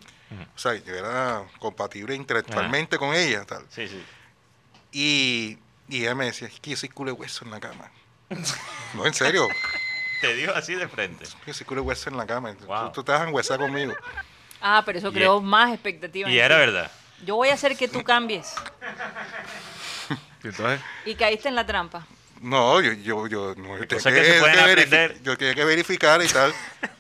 Speaker 5: O sea, yo era compatible intelectualmente con ella. Tal.
Speaker 4: Sí, sí.
Speaker 5: Y, y ella me decía, es que yo soy culo de hueso en la cama. no, en serio.
Speaker 4: Te digo así de frente.
Speaker 5: Yo soy culo de hueso en la cama. Tú-
Speaker 4: Wow.
Speaker 5: Tú, te vas a enhuesar conmigo.
Speaker 2: Ah, pero eso
Speaker 4: Y
Speaker 2: creó
Speaker 4: e-
Speaker 2: más expectativas.
Speaker 4: Y
Speaker 2: en
Speaker 4: era
Speaker 2: ti.
Speaker 4: verdad.
Speaker 2: Yo voy a hacer que tú cambies.
Speaker 3: Y entonces,
Speaker 2: Y caíste en la trampa.
Speaker 5: No, yo, yo, yo, no, yo
Speaker 4: Cosas que se pueden
Speaker 5: verifi-
Speaker 4: aprender.
Speaker 5: yo tenía que verificar y tal.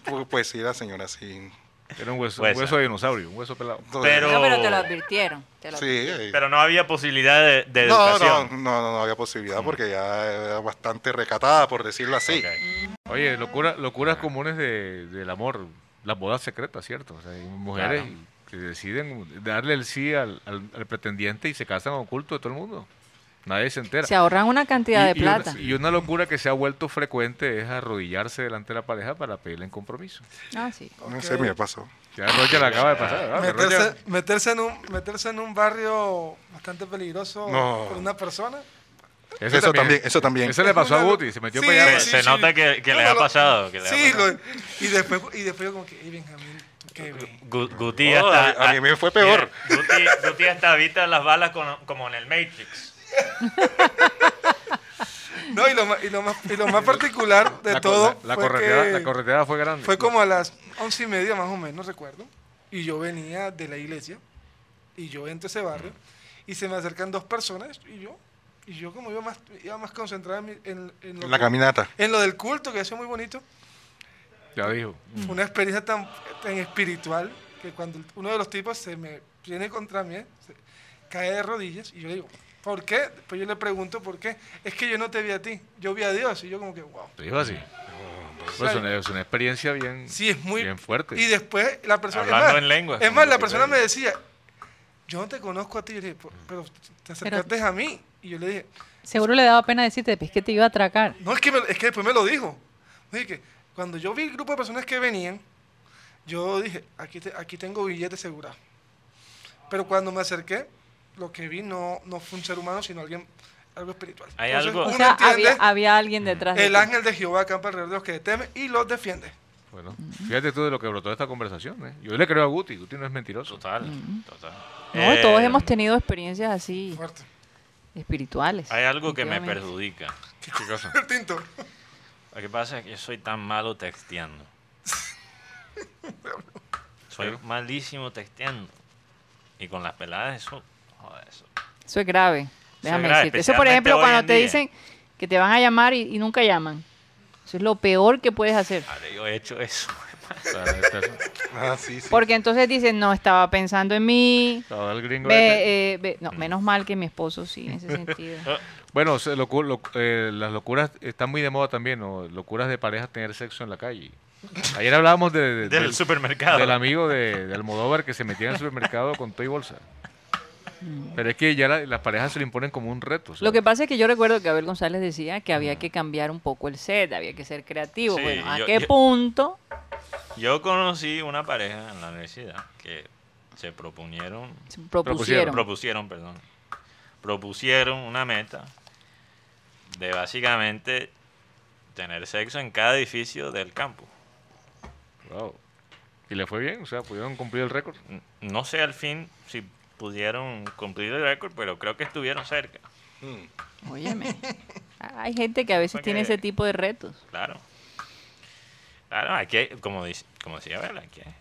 Speaker 5: pues, pues sí, la señora sí.
Speaker 3: era un hueso, un
Speaker 4: Huesa.
Speaker 3: hueso de dinosaurio, un hueso pelado.
Speaker 5: No,
Speaker 4: Pero-
Speaker 2: No, pero te lo advirtieron. te lo
Speaker 5: sí,
Speaker 2: advirtieron.
Speaker 5: eh.
Speaker 4: Pero no había posibilidad de, de
Speaker 5: no, no, no,
Speaker 4: educación. Mm.
Speaker 5: no, no había posibilidad porque ya era bastante recatada, por decirlo así.
Speaker 4: Ok.
Speaker 3: Oye, locura, locuras comunes de, del amor, las bodas secretas, ¿cierto? O sea, hay mujeres
Speaker 4: Claro.
Speaker 3: que deciden darle el sí al, al- al pretendiente y se casan oculto de todo el mundo. Nadie se entera.
Speaker 2: Se ahorran una cantidad de
Speaker 3: y, y una-
Speaker 2: plata.
Speaker 3: y una, locura que se ha vuelto frecuente es arrodillarse delante de la pareja para pedirle en compromiso.
Speaker 2: Ah, sí.
Speaker 5: No sé, me pasó.
Speaker 3: Ya Roger la acaba de pasar. ¿verdad?
Speaker 6: Meterse,
Speaker 3: Roger-
Speaker 6: meterse, en un, meterse en un barrio bastante peligroso
Speaker 5: No.
Speaker 6: por una persona.
Speaker 3: ese
Speaker 5: Eso también, eso también.
Speaker 3: Ese le pasó a
Speaker 6: Una-
Speaker 3: Guti, se metió
Speaker 6: Sí,
Speaker 3: para allá.
Speaker 4: sí. Se nota que- que le ha pasado, que le ha
Speaker 6: sí,
Speaker 4: pasado.
Speaker 6: lo- y, después, y después yo como que, "Ey, Benjamín, ¿tú qué, güey?
Speaker 4: Gu- Guti
Speaker 5: No,
Speaker 4: ya
Speaker 5: a-
Speaker 4: está-
Speaker 5: Oh, a mí me fue peor.
Speaker 4: Mira, Guti, Guti hasta evita las balas con- como en el Matrix.
Speaker 6: No, y lo, ma- y lo más, y lo más particular de
Speaker 3: La co-
Speaker 6: todo
Speaker 3: la, la
Speaker 6: fue
Speaker 3: correteada,
Speaker 6: que
Speaker 3: la correteada fue grande.
Speaker 6: fue como a las once y media más o menos, no recuerdo, y yo venía de la iglesia, y yo entro a ese barrio, y se me acercan dos personas, y yo, y yo como iba más, iba más concentrada en, mi- en- en lo
Speaker 5: La
Speaker 6: que-
Speaker 5: caminata.
Speaker 6: en lo del culto, que ha sido muy bonito,
Speaker 3: Ya dijo.
Speaker 6: Fue una experiencia tan, tan espiritual que cuando el- uno de los tipos se me viene contra mí, se- cae de rodillas y yo le digo, ¿por qué? Pues yo le pregunto, ¿por qué? Es que yo no te vi a ti, yo vi a Dios y yo como que, wow.
Speaker 3: Te dijo así. Pues es, una, es una experiencia bien,
Speaker 6: Sí, es muy...
Speaker 3: bien fuerte.
Speaker 6: Y después la persona... es
Speaker 4: Hablando
Speaker 6: más-
Speaker 4: en lengua,
Speaker 6: Es
Speaker 4: como
Speaker 6: más, la
Speaker 4: Wikipedia.
Speaker 6: persona me decía, yo no te conozco a ti, yo le dije, "Pero- pero te acercaste a mí. Y yo le dije,
Speaker 7: Seguro le daba pena decirte,
Speaker 2: "Pues,
Speaker 7: es que te iba a atracar.
Speaker 6: No, es que, me- es que después me lo dijo. Me dije que cuando yo vi el grupo de personas que venían, yo dije, aquí, te- aquí tengo billete asegurado. Pero cuando me acerqué, lo que vi no, no fue un ser humano, sino alguien, algo espiritual.
Speaker 4: Hay algo-
Speaker 6: uno
Speaker 7: O sea,
Speaker 6: entiende,
Speaker 7: había, había alguien detrás de
Speaker 6: el
Speaker 7: ti.
Speaker 6: ángel de Jehová acampa alrededor de los que le temen y los defiende.
Speaker 3: Bueno, fíjate tú de lo que brotó esta conversación. ¿eh? Yo le creo a Guti, Guti no es mentiroso.
Speaker 4: Total, total.
Speaker 2: Mm. No,
Speaker 4: Eh,
Speaker 2: todos hemos tenido experiencias así,
Speaker 6: Fuerte.
Speaker 2: espirituales.
Speaker 4: Hay algo que me
Speaker 2: definitivamente.
Speaker 4: perjudica.
Speaker 3: ¿Qué cosa?
Speaker 6: El tinto.
Speaker 4: Lo que pasa es que yo soy tan malo texteando. Soy malísimo texteando. Y con las peladas eso... Joder, eso.
Speaker 2: Eso es grave. Déjame
Speaker 4: grave,
Speaker 2: decirte. Eso, por
Speaker 4: especialmente
Speaker 2: ejemplo,
Speaker 4: hoy
Speaker 2: cuando
Speaker 4: en
Speaker 2: te
Speaker 4: día.
Speaker 2: dicen que te van a llamar y, y nunca llaman. Eso es lo peor que puedes hacer.
Speaker 4: Vale, yo he hecho eso.
Speaker 3: O sea, este es-
Speaker 5: Ah, sí, sí.
Speaker 2: Porque entonces dicen, no estaba pensando en mí.
Speaker 3: todo el gringo este.
Speaker 2: ve, eh, ve". No,
Speaker 4: Mm.
Speaker 2: menos mal que mi esposo sí, en ese
Speaker 4: Ah,
Speaker 2: sentido.
Speaker 3: Bueno, se- locu- loc- eh, las locuras están muy de moda también, ¿no? Locuras de parejas tener sexo en la calle. Ayer hablábamos de- de-
Speaker 4: Del supermercado.
Speaker 3: del amigo de, de Almodóvar que se metía en el supermercado con todo y bolsa. Pero es que ya la- las parejas se lo imponen como un reto. ¿sabes?
Speaker 2: Mm. Lo que pasa es que yo recuerdo que Abel González decía que había que cambiar un poco el set, había que ser creativo.
Speaker 4: Mm. Sí,
Speaker 2: bueno, ¿a
Speaker 4: yo-
Speaker 2: qué
Speaker 4: yo-
Speaker 2: punto?
Speaker 4: Yo conocí una pareja en la universidad que se propunieron,
Speaker 2: se
Speaker 3: Propusieron,
Speaker 2: propusieron.
Speaker 4: propusieron, perdón, propusieron una meta de básicamente tener sexo en cada edificio del campus.
Speaker 3: Wow. Y le fue bien, o sea, pudieron cumplir el récord.
Speaker 4: N- No sé al fin si pudieron cumplir el récord, pero creo que estuvieron cerca.
Speaker 5: Mm.
Speaker 2: Óyeme. Hay gente que a veces tiene
Speaker 4: Porque-
Speaker 2: ese tipo de retos.
Speaker 4: Claro. Claro, aquí hay, como, dice, como decía Abel, aquí hay,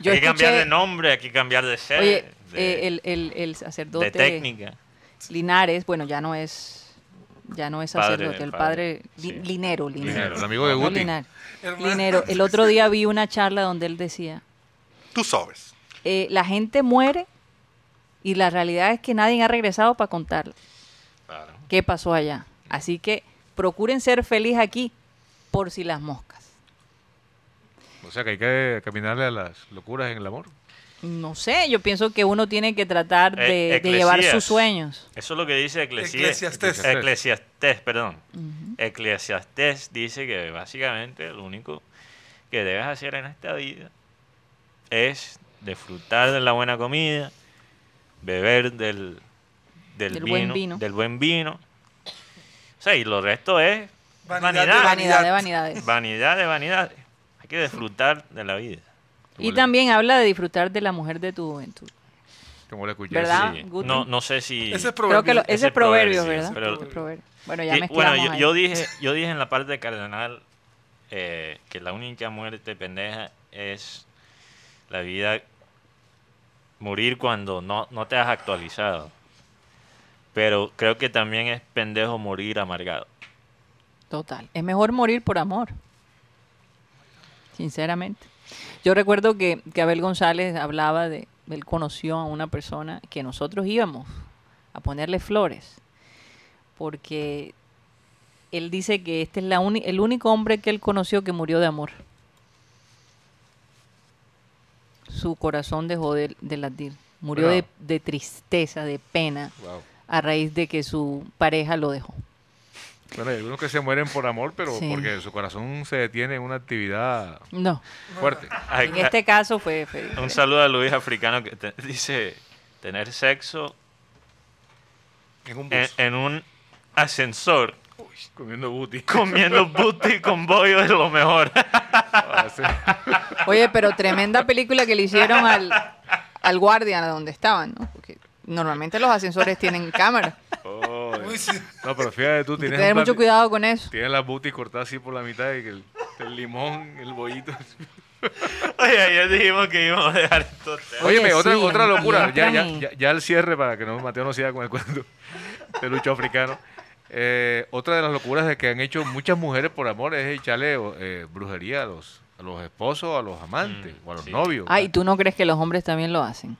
Speaker 2: Yo
Speaker 4: hay que cambiar
Speaker 2: escuché-
Speaker 4: de nombre, hay que cambiar de ser,
Speaker 2: Oye,
Speaker 4: de,
Speaker 2: eh, el, el- el
Speaker 4: de
Speaker 2: sacerdote
Speaker 4: técnica.
Speaker 2: Linares, bueno, ya no es ya no es
Speaker 4: Padre,
Speaker 2: sacerdote, el padre,
Speaker 4: padre,
Speaker 2: Li-
Speaker 4: sí.
Speaker 2: Linero, Linero.
Speaker 3: Linero, el amigo de
Speaker 2: No,
Speaker 3: Guti.
Speaker 2: Linar-
Speaker 6: Hermano.
Speaker 2: Linero. El otro día vi una charla donde él decía,
Speaker 5: Tú sabes.
Speaker 2: eh, la gente muere y la realidad es que nadie ha regresado para contar
Speaker 4: Claro.
Speaker 2: qué pasó allá. Así que procuren ser feliz aquí por si las moscas.
Speaker 3: O sea, que hay que caminarle a las locuras en el amor.
Speaker 2: No sé, yo pienso que uno tiene que tratar de,
Speaker 4: Eh,
Speaker 2: de llevar
Speaker 4: Eclesías.
Speaker 2: sus sueños.
Speaker 4: Eso es lo que dice Eclesiastes.
Speaker 6: Eclesiastés.
Speaker 4: Eclesiastés, perdón. Eclesiastés dice que básicamente lo único que debes hacer en esta vida es disfrutar de la buena comida, beber del, del,
Speaker 2: Del
Speaker 4: vino,
Speaker 2: buen vino.
Speaker 4: del buen vino. O sea, y lo resto es
Speaker 6: Vanidad de
Speaker 4: vanidad,
Speaker 2: Vanidad de vanidades.
Speaker 4: vanidad de vanidades. Hay que disfrutar de la vida.
Speaker 2: Y también habla de disfrutar de la mujer de tu juventud.
Speaker 3: Como le escuché.
Speaker 2: ¿Verdad?
Speaker 4: Sí.
Speaker 2: Ah, Guti?
Speaker 4: No, no sé si...
Speaker 6: Ese es
Speaker 2: Creo que lo-
Speaker 6: proverbio.
Speaker 2: ese es proverbio, ¿verdad?
Speaker 4: sí, pero-
Speaker 2: Ese es proverbio. Bueno, ya
Speaker 4: Sí,
Speaker 2: mezclamos
Speaker 4: Eh, bueno, yo,
Speaker 2: ahí.
Speaker 4: yo dije, yo dije en la parte de cardenal eh, que la única muerte pendeja es la vida morir cuando no, no te has actualizado. Pero creo que también es pendejo morir amargado.
Speaker 2: Total. Es mejor morir por amor. Sinceramente. Yo recuerdo que, que Abel González hablaba de. Él conoció a una persona que nosotros íbamos a ponerle flores. Porque él dice que este es la uni- el único hombre que él conoció que murió de amor. Su corazón dejó de, de latir. Murió de,
Speaker 3: Bravo.
Speaker 2: de tristeza, de pena,
Speaker 3: Wow.
Speaker 2: a raíz de que su pareja lo dejó.
Speaker 3: Bueno, hay algunos que se mueren por amor, pero
Speaker 2: Sí.
Speaker 3: porque su corazón se detiene en una actividad
Speaker 2: No.
Speaker 3: fuerte.
Speaker 4: Ay,
Speaker 2: En este caso fue, fue
Speaker 4: Un saludo a Luis Africano que te- dice tener sexo
Speaker 5: En un
Speaker 4: en,
Speaker 5: bus.
Speaker 4: en un ascensor
Speaker 3: Comiendo booty.
Speaker 4: comiendo booty con bollo es lo mejor.
Speaker 3: Ah, sí.
Speaker 2: Oye, pero tremenda película que le hicieron al, al guardia donde estaban, ¿no? Porque normalmente los ascensores tienen cámara.
Speaker 3: Oh,
Speaker 6: Uy, sí.
Speaker 3: no, pero fíjate tú,
Speaker 2: Hay que
Speaker 3: tienes,
Speaker 2: tener
Speaker 3: un
Speaker 2: mucho
Speaker 3: plati-
Speaker 2: cuidado con eso.
Speaker 3: tienes las booty cortadas así por la mitad y que el, el limón, el bollito.
Speaker 4: Oye, ayer dijimos que íbamos a dejar esto.
Speaker 2: Oye,
Speaker 3: Óyeme, otra,
Speaker 2: sí,
Speaker 3: otra locura. Ya, ya,
Speaker 2: muéstrame.
Speaker 3: ya, ya al cierre, para que no Mateo no siga con el cuento de lucho africano. Eh, otra de las locuras de que han hecho muchas mujeres por amor es echarle o- eh, brujería a los, a los esposos, a los amantes
Speaker 4: Mm,
Speaker 3: o a los
Speaker 4: sí.
Speaker 3: novios.
Speaker 2: Ay, ¿tú no crees que los hombres también lo hacen?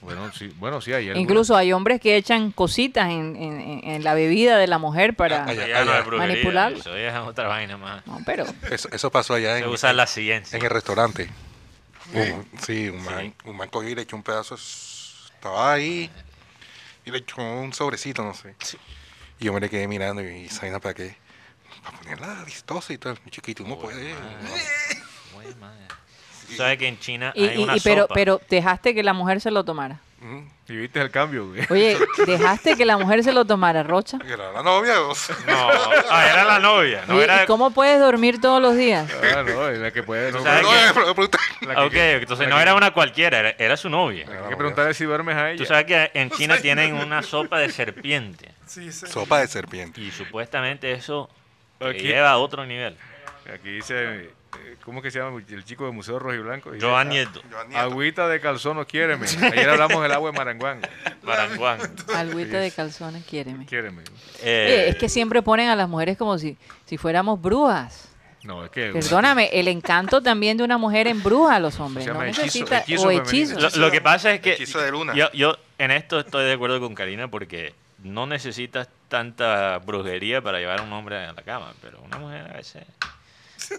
Speaker 3: Bueno, sí, bueno, sí, hay algunas.
Speaker 2: Incluso hay hombres que echan cositas en, en- en- en la bebida de la mujer para...
Speaker 5: Ah, ya.
Speaker 4: Eso ya no es brujería,
Speaker 2: Manipular.
Speaker 4: Eso ya es otra vaina más.
Speaker 2: No, pero...
Speaker 5: Eso, eso pasó allá
Speaker 4: Se
Speaker 5: en,
Speaker 4: usa la ciencia.
Speaker 5: en el restaurante. Un- sí, un man, un man cogió y le echó un pedazo. de s- Estaba ahí y le echó un sobrecito, no sé. Y yo me le quedé mirando y ¿esa vaina para qué? Para ponerla vistosa y tal. Chiquito,
Speaker 4: Oh,
Speaker 5: uno puede.
Speaker 4: Güey, madre. Tú ¿Sabes que en China
Speaker 2: Y,
Speaker 4: hay
Speaker 2: y-
Speaker 4: una
Speaker 2: y pero,
Speaker 4: sopa?
Speaker 2: pero dejaste que la mujer se lo tomara.
Speaker 5: Mm,
Speaker 3: Y viste el cambio, güey.
Speaker 2: Oye, dejaste que la mujer se lo tomara, Rocha.
Speaker 5: y Era la novia. o sea.
Speaker 4: No, ah, era la novia. No
Speaker 2: Oye,
Speaker 4: era...
Speaker 2: ¿Y cómo puedes dormir todos los días?
Speaker 3: Ah, no, es la que puede. No,
Speaker 4: Tú
Speaker 5: No,
Speaker 4: sabes
Speaker 3: la
Speaker 5: no,
Speaker 4: que-
Speaker 5: eh, pero- pero-
Speaker 3: que-
Speaker 4: Ah, Ok, entonces no era una cualquiera, era, era su novia.
Speaker 3: Hay que preguntarle si duermes a ella.
Speaker 4: Tú sabes que en China tienen una sopa de serpiente.
Speaker 6: Sí, sí.
Speaker 5: Sopa de serpiente.
Speaker 4: Y supuestamente eso te
Speaker 3: Aquí-
Speaker 4: lleva a otro nivel.
Speaker 3: Aquí dice, eh, ¿cómo que se llama el chico de Museo Rojo y Blanco? Dice,
Speaker 4: Joan Nieto,
Speaker 3: Agüita de calzón no quiéreme. Ayer hablamos del agua de Maranguán.
Speaker 4: Baranguán.
Speaker 2: Alguita de calzones, quiéreme.
Speaker 3: Quiéreme.
Speaker 2: Oye,
Speaker 4: Eh,
Speaker 2: es que siempre ponen a las mujeres como si, si fuéramos brujas.
Speaker 3: No, es que...
Speaker 2: Perdóname, el encanto también de una mujer embruja a los hombres.
Speaker 3: Se llama
Speaker 2: no
Speaker 3: hechizo,
Speaker 2: necesita
Speaker 3: hechizo
Speaker 2: o
Speaker 3: femenino.
Speaker 2: hechizos.
Speaker 4: Lo, lo que pasa es que
Speaker 5: Hechizo de luna.
Speaker 4: Yo, yo en esto estoy de acuerdo con Karina porque no necesitas tanta brujería para llevar a un hombre a la cama, pero una mujer a veces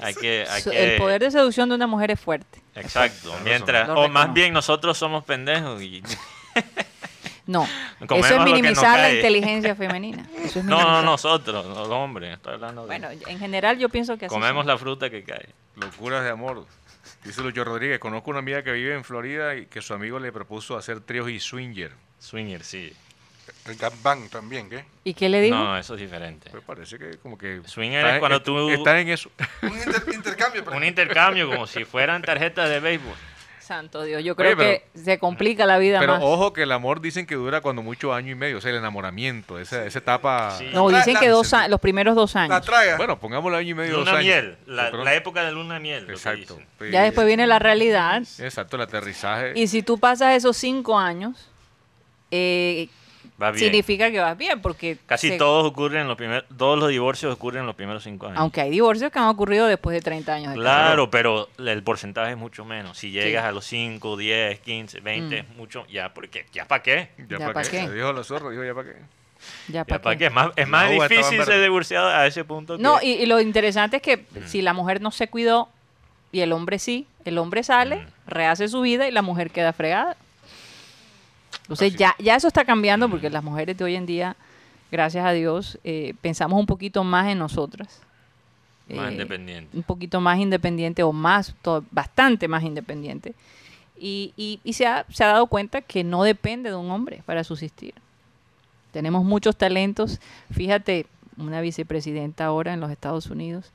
Speaker 4: hay que... hay
Speaker 2: Su-
Speaker 4: que-
Speaker 2: El poder de seducción de una mujer es fuerte.
Speaker 4: Exacto, mientras...
Speaker 2: Lo
Speaker 4: O más
Speaker 2: reconozco.
Speaker 4: bien nosotros somos pendejos y...
Speaker 2: No,
Speaker 4: Comemos
Speaker 2: eso es
Speaker 4: lo que nos
Speaker 2: minimizar la
Speaker 4: cae.
Speaker 2: inteligencia femenina. Eso es
Speaker 4: No, no,
Speaker 2: minimizar.
Speaker 4: nosotros, los hombres, estoy hablando de...
Speaker 2: Bueno, en general yo pienso que así
Speaker 4: comemos
Speaker 2: son.
Speaker 4: la fruta que cae.
Speaker 3: Locuras de amor. Dice Lucho Rodríguez, conozco una amiga que vive en Florida y que su amigo le propuso hacer tríos y swinger.
Speaker 4: Swinger, sí.
Speaker 5: El Gap Bang también, ¿qué?
Speaker 2: ¿Y qué le dijo?
Speaker 4: No, eso es diferente.
Speaker 3: Me Pues parece que como que...
Speaker 4: Swinger
Speaker 3: estás
Speaker 4: es
Speaker 3: en-
Speaker 4: cuando
Speaker 3: est-
Speaker 4: tú-
Speaker 3: Estás en eso.
Speaker 6: Un inter- intercambio. pero-
Speaker 4: Un intercambio como si fueran tarjetas de béisbol.
Speaker 2: Santo Dios, yo
Speaker 3: Oye,
Speaker 2: creo que se complica la vida
Speaker 3: Pero
Speaker 2: más.
Speaker 3: ojo que el amor dicen que dura cuando mucho año y medio, o sea, el enamoramiento, esa, esa etapa...
Speaker 4: Sí.
Speaker 2: no,
Speaker 6: La-
Speaker 2: dicen
Speaker 6: la-
Speaker 2: que dos
Speaker 6: la-
Speaker 2: a- los primeros dos
Speaker 6: La
Speaker 2: años.
Speaker 6: traga.
Speaker 3: Bueno, pongámoslo año y medio, dos
Speaker 4: Luna
Speaker 3: años.
Speaker 4: miel, la,
Speaker 3: De pronto.
Speaker 4: la época de luna miel. lo que
Speaker 3: Exacto.
Speaker 4: dicen.
Speaker 3: sí.
Speaker 2: Ya después viene la realidad.
Speaker 3: Exacto, el aterrizaje.
Speaker 2: Y si tú pasas esos cinco años, eh,
Speaker 4: Va bien.
Speaker 2: significa que vas bien, porque
Speaker 4: Casi
Speaker 2: se-
Speaker 4: todos ocurren en los primeros, todos los divorcios ocurren en los primeros cinco años.
Speaker 2: Aunque hay divorcios que han ocurrido después de 30 años. de
Speaker 4: Claro, pero el porcentaje es mucho menos. Si llegas a los 5, 10, 15, 20, es mucho, ya, porque ya para qué.
Speaker 3: ya
Speaker 2: Mm. ¿Ya
Speaker 3: para
Speaker 2: pa'
Speaker 3: qué.
Speaker 2: qué?
Speaker 3: Dijo la zorra, dijo ya para qué.
Speaker 2: casado. Ya,
Speaker 4: Ya
Speaker 2: ¿pa'
Speaker 4: para
Speaker 2: qué?
Speaker 4: qué. Es más, es más
Speaker 3: La uva estaba
Speaker 4: difícil
Speaker 3: en
Speaker 4: ser
Speaker 3: verde.
Speaker 4: divorciado a ese punto. que-
Speaker 2: No, y, y lo interesante es que
Speaker 4: Mm.
Speaker 2: si la mujer no se cuidó y el hombre sí, el hombre sale,
Speaker 4: Mm.
Speaker 2: rehace su vida y la mujer queda fregada. Entonces ya, ya eso está cambiando
Speaker 4: Mm.
Speaker 2: porque las mujeres de hoy en día, gracias a Dios, eh, pensamos un poquito más en nosotras.
Speaker 4: Más
Speaker 2: Eh,
Speaker 4: independiente.
Speaker 2: Un poquito más independiente o más, to- bastante más independiente. Y, y- y se, ha, se ha dado cuenta que no depende de un hombre para subsistir. Tenemos muchos talentos. Fíjate, una vicepresidenta ahora en los Estados Unidos.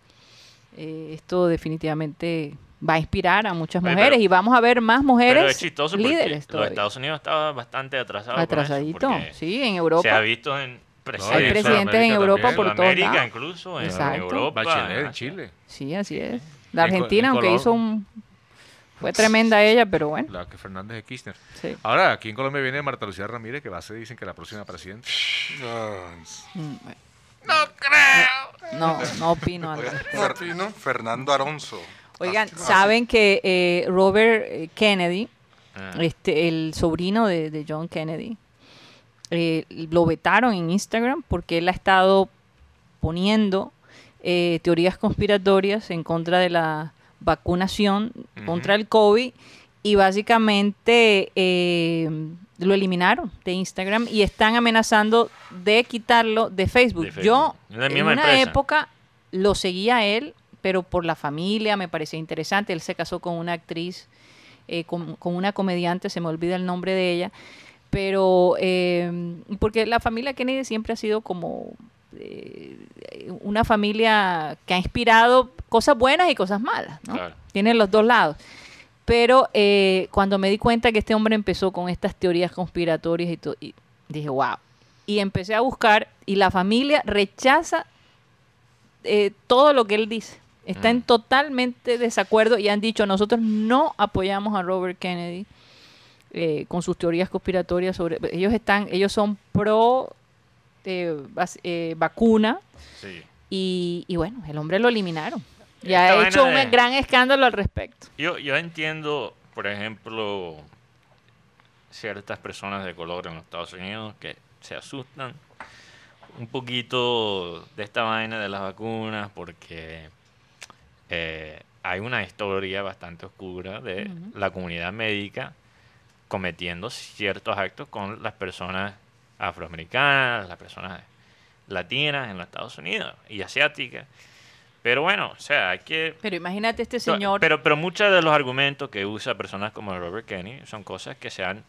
Speaker 2: Eh, esto definitivamente va a inspirar a muchas
Speaker 4: Oye,
Speaker 2: mujeres
Speaker 4: pero-
Speaker 2: y vamos a ver más
Speaker 4: pero es
Speaker 2: mujeres
Speaker 4: chistoso porque
Speaker 2: líderes
Speaker 4: los
Speaker 2: todavía.
Speaker 4: Estados Unidos estaba bastante atrasado. con eso,
Speaker 2: Atrasadito,
Speaker 4: porque
Speaker 2: sí, en
Speaker 4: Se ha
Speaker 2: Europa.
Speaker 4: visto en
Speaker 2: Hay
Speaker 4: presidentes,
Speaker 2: presidentes en
Speaker 3: Sudamérica
Speaker 2: Europa
Speaker 3: también,
Speaker 2: por
Speaker 4: en
Speaker 2: todos
Speaker 4: América
Speaker 2: lados.
Speaker 4: incluso, en
Speaker 2: Exacto.
Speaker 4: Europa.
Speaker 3: Bachelet
Speaker 4: en
Speaker 3: en Chile.
Speaker 2: Sí, así es. La
Speaker 3: En Co- en
Speaker 2: Argentina, aunque
Speaker 3: Colom-
Speaker 2: hizo un... Fue tremenda ella, pero bueno.
Speaker 3: La que Fernández de Kirchner.
Speaker 2: Sí.
Speaker 3: Ahora, aquí en Colombia viene Marta Lucía Ramírez, que va a ser, dicen que la próxima presidenta.
Speaker 5: Ah,
Speaker 2: No, no opino al
Speaker 5: oiga,
Speaker 2: respecto.
Speaker 5: Fer-
Speaker 6: Sí, ¿no?
Speaker 5: Fernando Alonso.
Speaker 2: Oigan,
Speaker 5: Ah,
Speaker 2: saben que eh, Robert eh, Kennedy,
Speaker 4: Ah.
Speaker 2: este, el sobrino de, de John Kennedy, eh, lo vetaron en Instagram porque él ha estado poniendo eh, teorías conspiratorias en contra de la vacunación contra el COVID y básicamente eh, lo eliminaron de Instagram y están amenazando de quitarlo de Facebook.
Speaker 4: De Facebook.
Speaker 2: Yo
Speaker 4: Es la
Speaker 2: en
Speaker 4: misma
Speaker 2: una
Speaker 4: empresa.
Speaker 2: época lo seguía a él, pero por la familia me parecía interesante. Él se casó con una actriz, eh, con, con una comediante, se me olvida el nombre de ella, pero eh, porque la familia Kennedy siempre ha sido como eh, una familia que ha inspirado cosas buenas y cosas malas, ¿no?
Speaker 4: Claro.
Speaker 2: Tiene los dos lados. Pero eh, cuando me di cuenta que este hombre empezó con estas teorías conspiratorias y todo, y dije, wow. Y empecé a buscar y la familia rechaza eh, todo lo que él dice. Está
Speaker 4: Mm.
Speaker 2: en totalmente desacuerdo y han dicho, nosotros no apoyamos a Robert Kennedy eh, con sus teorías conspiratorias sobre... Ellos están, ellos son pro eh, vac- eh, vacuna
Speaker 4: Sí.
Speaker 2: y, y bueno, el hombre lo eliminaron. Y ha
Speaker 4: Esta vaina
Speaker 2: hecho un
Speaker 4: de-
Speaker 2: gran escándalo al respecto.
Speaker 4: Yo, yo entiendo, por ejemplo, ciertas personas de color en los Estados Unidos que se asustan un poquito de esta vaina de las vacunas porque eh, hay una historia bastante oscura de la comunidad médica cometiendo ciertos actos con las personas afroamericanas, las personas latinas en los Estados Unidos y asiáticas. Pero bueno, o sea, hay que
Speaker 2: Pero imagínate este
Speaker 4: no,
Speaker 2: señor.
Speaker 4: Pero, pero muchos de los argumentos que usa personas como Robert Kennedy son cosas que se han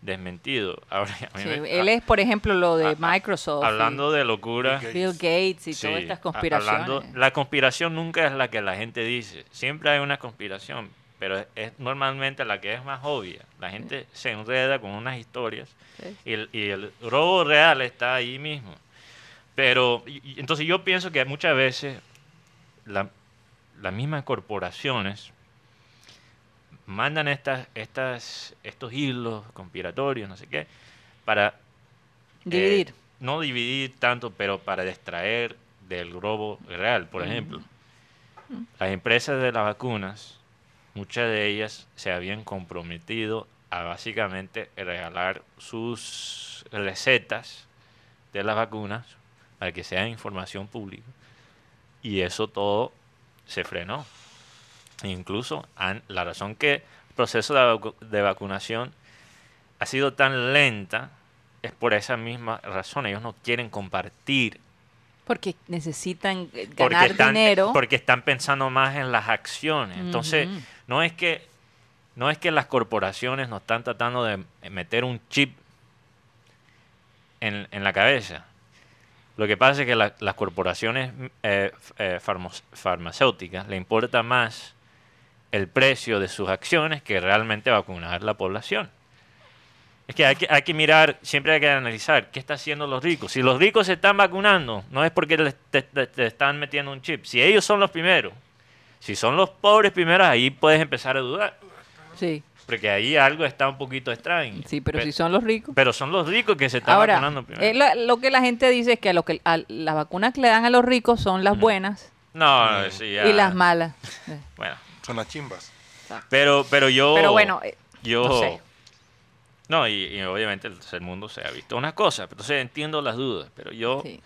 Speaker 4: desmentido. Ahora, a mí
Speaker 2: Sí,
Speaker 4: me-
Speaker 2: él es, por ejemplo, lo de
Speaker 4: a- a-
Speaker 2: Microsoft. y
Speaker 4: Hablando de locura.
Speaker 5: Bill
Speaker 2: Bill Gates y
Speaker 4: sí,
Speaker 2: todas estas
Speaker 4: a-
Speaker 2: conspiraciones.
Speaker 4: hablando- la conspiración nunca es la que la gente dice. Siempre hay una conspiración, pero es, es normalmente la que es más obvia. La gente se enreda con unas historias
Speaker 2: Sí.
Speaker 4: y el, y el robo real está ahí mismo. Pero y- y entonces yo pienso que muchas veces la- las mismas corporaciones mandan estas, estas, estos hilos conspiratorios, no sé qué, para
Speaker 2: Dividir.
Speaker 4: eh, no dividir tanto, pero para distraer del robo real, por ejemplo. Las empresas de las vacunas, muchas de ellas se habían comprometido a básicamente regalar sus recetas de las vacunas para que sea información pública. Y eso todo se frenó. Incluso han- la razón que el proceso de, vacu- de vacunación ha sido tan lenta es por esa misma razón. Ellos no quieren compartir
Speaker 2: porque necesitan eh,
Speaker 4: porque
Speaker 2: ganar
Speaker 4: están,
Speaker 2: dinero.
Speaker 4: porque están pensando más en las acciones. Entonces,
Speaker 2: Ujú.
Speaker 4: no es que no es que las corporaciones nos están tratando de meter un chip en, en la cabeza. Lo que pasa es que la- las corporaciones mm, eh, f- eh, farmo- farmacéuticas le importa más el precio de sus acciones que realmente vacunar la población. Es que hay, que hay que mirar, siempre hay que analizar qué están haciendo los ricos. Si los ricos se están vacunando, no es porque les- te, te- te están metiendo un chip. Si ellos son los primeros, si son los pobres primeros, ahí puedes empezar a dudar.
Speaker 2: Sí,
Speaker 4: Porque ahí algo está un poquito extraño.
Speaker 2: sí, pero
Speaker 4: Pe-
Speaker 2: si son los ricos.
Speaker 4: pero son los ricos que se están
Speaker 2: Ahora,
Speaker 4: vacunando primero.
Speaker 2: eh, lo, lo que la gente dice es que, a lo que a las vacunas que le dan a los ricos son las buenas
Speaker 4: No, no, sí, Mm. ya.
Speaker 2: y las malas. Eh,
Speaker 4: Bueno,
Speaker 5: Son las chimbas.
Speaker 4: pero, pero yo...
Speaker 2: Pero bueno, eh,
Speaker 4: yo...
Speaker 2: no sé.
Speaker 4: No, y, y obviamente el tercer mundo se ha visto unas cosas, entonces entiendo las dudas, pero yo...
Speaker 2: sí.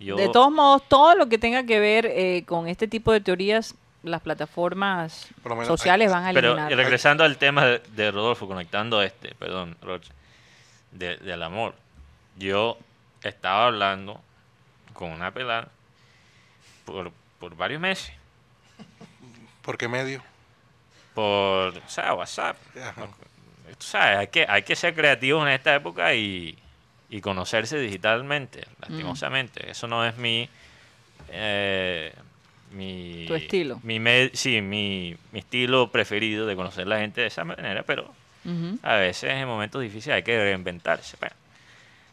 Speaker 4: yo
Speaker 2: De todos modos, todo lo que tenga que ver eh, con este tipo de teorías, las plataformas
Speaker 5: Por lo menos hay-
Speaker 2: sociales van a
Speaker 4: pero
Speaker 2: eliminar.
Speaker 4: y regresando al tema de, de Rodolfo, conectando este, perdón, Roche, de- del amor. Yo estaba hablando con una pelada por, por varios meses,
Speaker 5: ¿Por qué medio?
Speaker 4: por, o sea, WhatsApp.
Speaker 5: Ajá.
Speaker 4: tú sabes, hay que, hay que ser creativos en esta época y, y conocerse digitalmente, lastimosamente. Eso no es mi... eh, mi
Speaker 2: Tu estilo.
Speaker 4: Mi me- sí, mi, mi estilo preferido de conocer la gente de esa manera, pero
Speaker 2: Ujú.
Speaker 4: a veces en momentos difíciles hay que reinventarse. Bueno,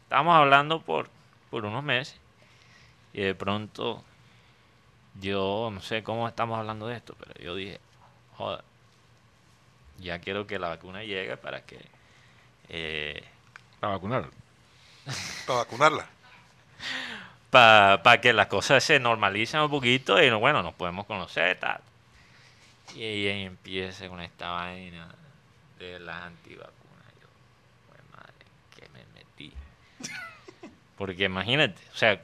Speaker 4: estábamos hablando por, por unos meses y de pronto yo no sé cómo estamos hablando de esto, pero yo dije, joda, ya quiero que la vacuna llegue para que... eh,
Speaker 3: Para vacunar.
Speaker 5: Para vacunarla.
Speaker 4: para que las cosas se normalicen un poquito y no- bueno, nos podemos conocer tal. Y ella empieza con esta vaina de las antivacunas. Yo, "Jue madre, que me metí. Porque imagínate, o sea,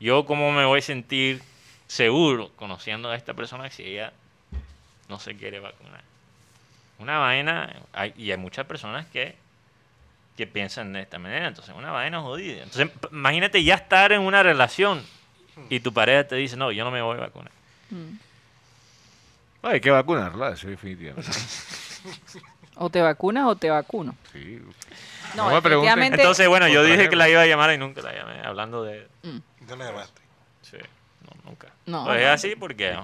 Speaker 4: yo cómo me voy a sentir seguro conociendo a esta persona si ella no se quiere vacunar. Una vaina, hay- y hay muchas personas que que piensan de esta manera. Entonces, una vaina jodida. Entonces, p- imagínate ya estar en una relación y tu pareja te dice, no, yo no me voy a vacunar.
Speaker 3: No, hay que vacunarla, eso es definitivo.
Speaker 2: O te vacunas o te vacuno.
Speaker 3: Sí.
Speaker 2: No,
Speaker 3: me pregunten.
Speaker 2: definitivamente-
Speaker 4: Entonces, bueno, yo
Speaker 3: Otra
Speaker 4: dije
Speaker 3: vez.
Speaker 4: que la iba a llamar y nunca la llamé. Hablando de...
Speaker 5: Ya la llamaste.
Speaker 4: Sí, no, nunca.
Speaker 2: No,
Speaker 4: Lo dejé
Speaker 2: no.
Speaker 4: así porque...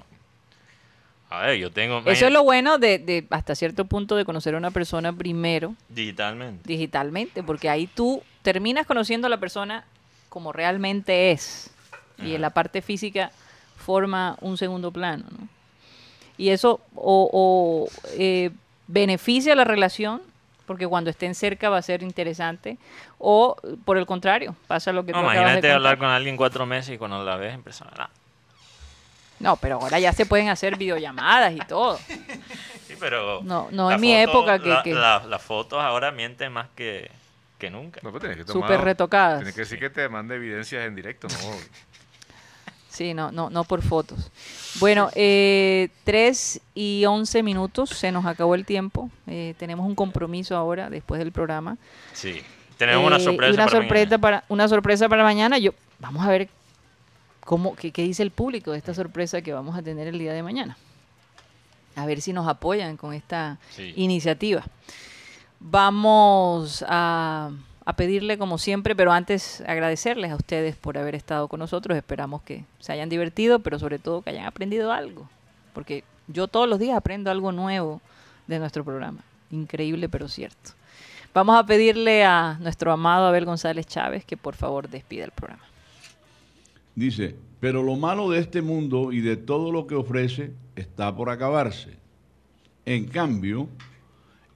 Speaker 4: A ver, yo tengo...
Speaker 2: Eso es
Speaker 4: imagínate,
Speaker 2: lo bueno de, de hasta cierto punto de conocer a una persona primero
Speaker 4: Digitalmente.
Speaker 2: digitalmente, porque ahí tú terminas conociendo a la persona como realmente es. Y en la parte física forma un segundo plano, ¿no? Y eso o, o, eh, beneficia la relación, porque cuando estén cerca va a ser interesante, o eh, por el contrario, pasa lo que
Speaker 4: No,
Speaker 2: tú acabas de
Speaker 4: imagínate hablar
Speaker 2: contar.
Speaker 4: con alguien cuatro meses y cuando la ves empezar a...
Speaker 2: No, pero ahora ya se pueden hacer videollamadas y todo.
Speaker 4: Sí, pero...
Speaker 2: No, no
Speaker 4: la
Speaker 2: es mi época que-
Speaker 4: la-
Speaker 2: que-
Speaker 4: la- las fotos ahora mienten más que, que nunca.
Speaker 3: No, pero tienes que tomar-
Speaker 2: Súper retocadas.
Speaker 3: Tienes que decir que te mande evidencias en directo, ¿no?
Speaker 2: Sí, no, no, no por fotos. Bueno, eh, 3 y 11 minutos, se nos acabó el tiempo. Eh, tenemos un compromiso ahora, después del programa.
Speaker 4: Sí. Tenemos una
Speaker 2: Eh, y
Speaker 4: sorpresa.
Speaker 2: una,
Speaker 4: para mañana.
Speaker 2: sorpresa para, una sorpresa para mañana. Yo, vamos a ver cómo, qué, qué dice el público de esta sorpresa que vamos a tener el día de mañana. A ver si nos apoyan con esta
Speaker 4: Sí.
Speaker 2: iniciativa. Vamos a, a pedirle como siempre, pero antes agradecerles a ustedes por haber estado con nosotros. Esperamos que se hayan divertido, pero sobre todo que hayan aprendido algo. Porque yo todos los días aprendo algo nuevo de nuestro programa. Increíble, pero cierto. Vamos a pedirle a nuestro amado Abel González Chávez que por favor despida el programa.
Speaker 8: Dice, pero lo malo de este mundo y de todo lo que ofrece está por acabarse. En cambio,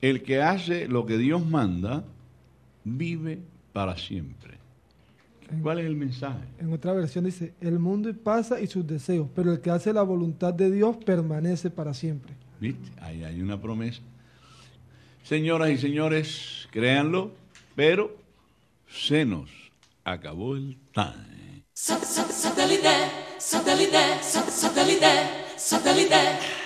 Speaker 8: el que hace lo que Dios manda, vive para siempre. ¿Cuál es el mensaje?
Speaker 9: En otra versión dice, el mundo pasa y sus deseos, pero el que hace la voluntad de Dios permanece para siempre.
Speaker 8: ¿Viste? Ahí hay una promesa. Señoras y señores, créanlo, pero se nos acabó el time.
Speaker 10: Satellite, satellite, satellite, satellite, satellite,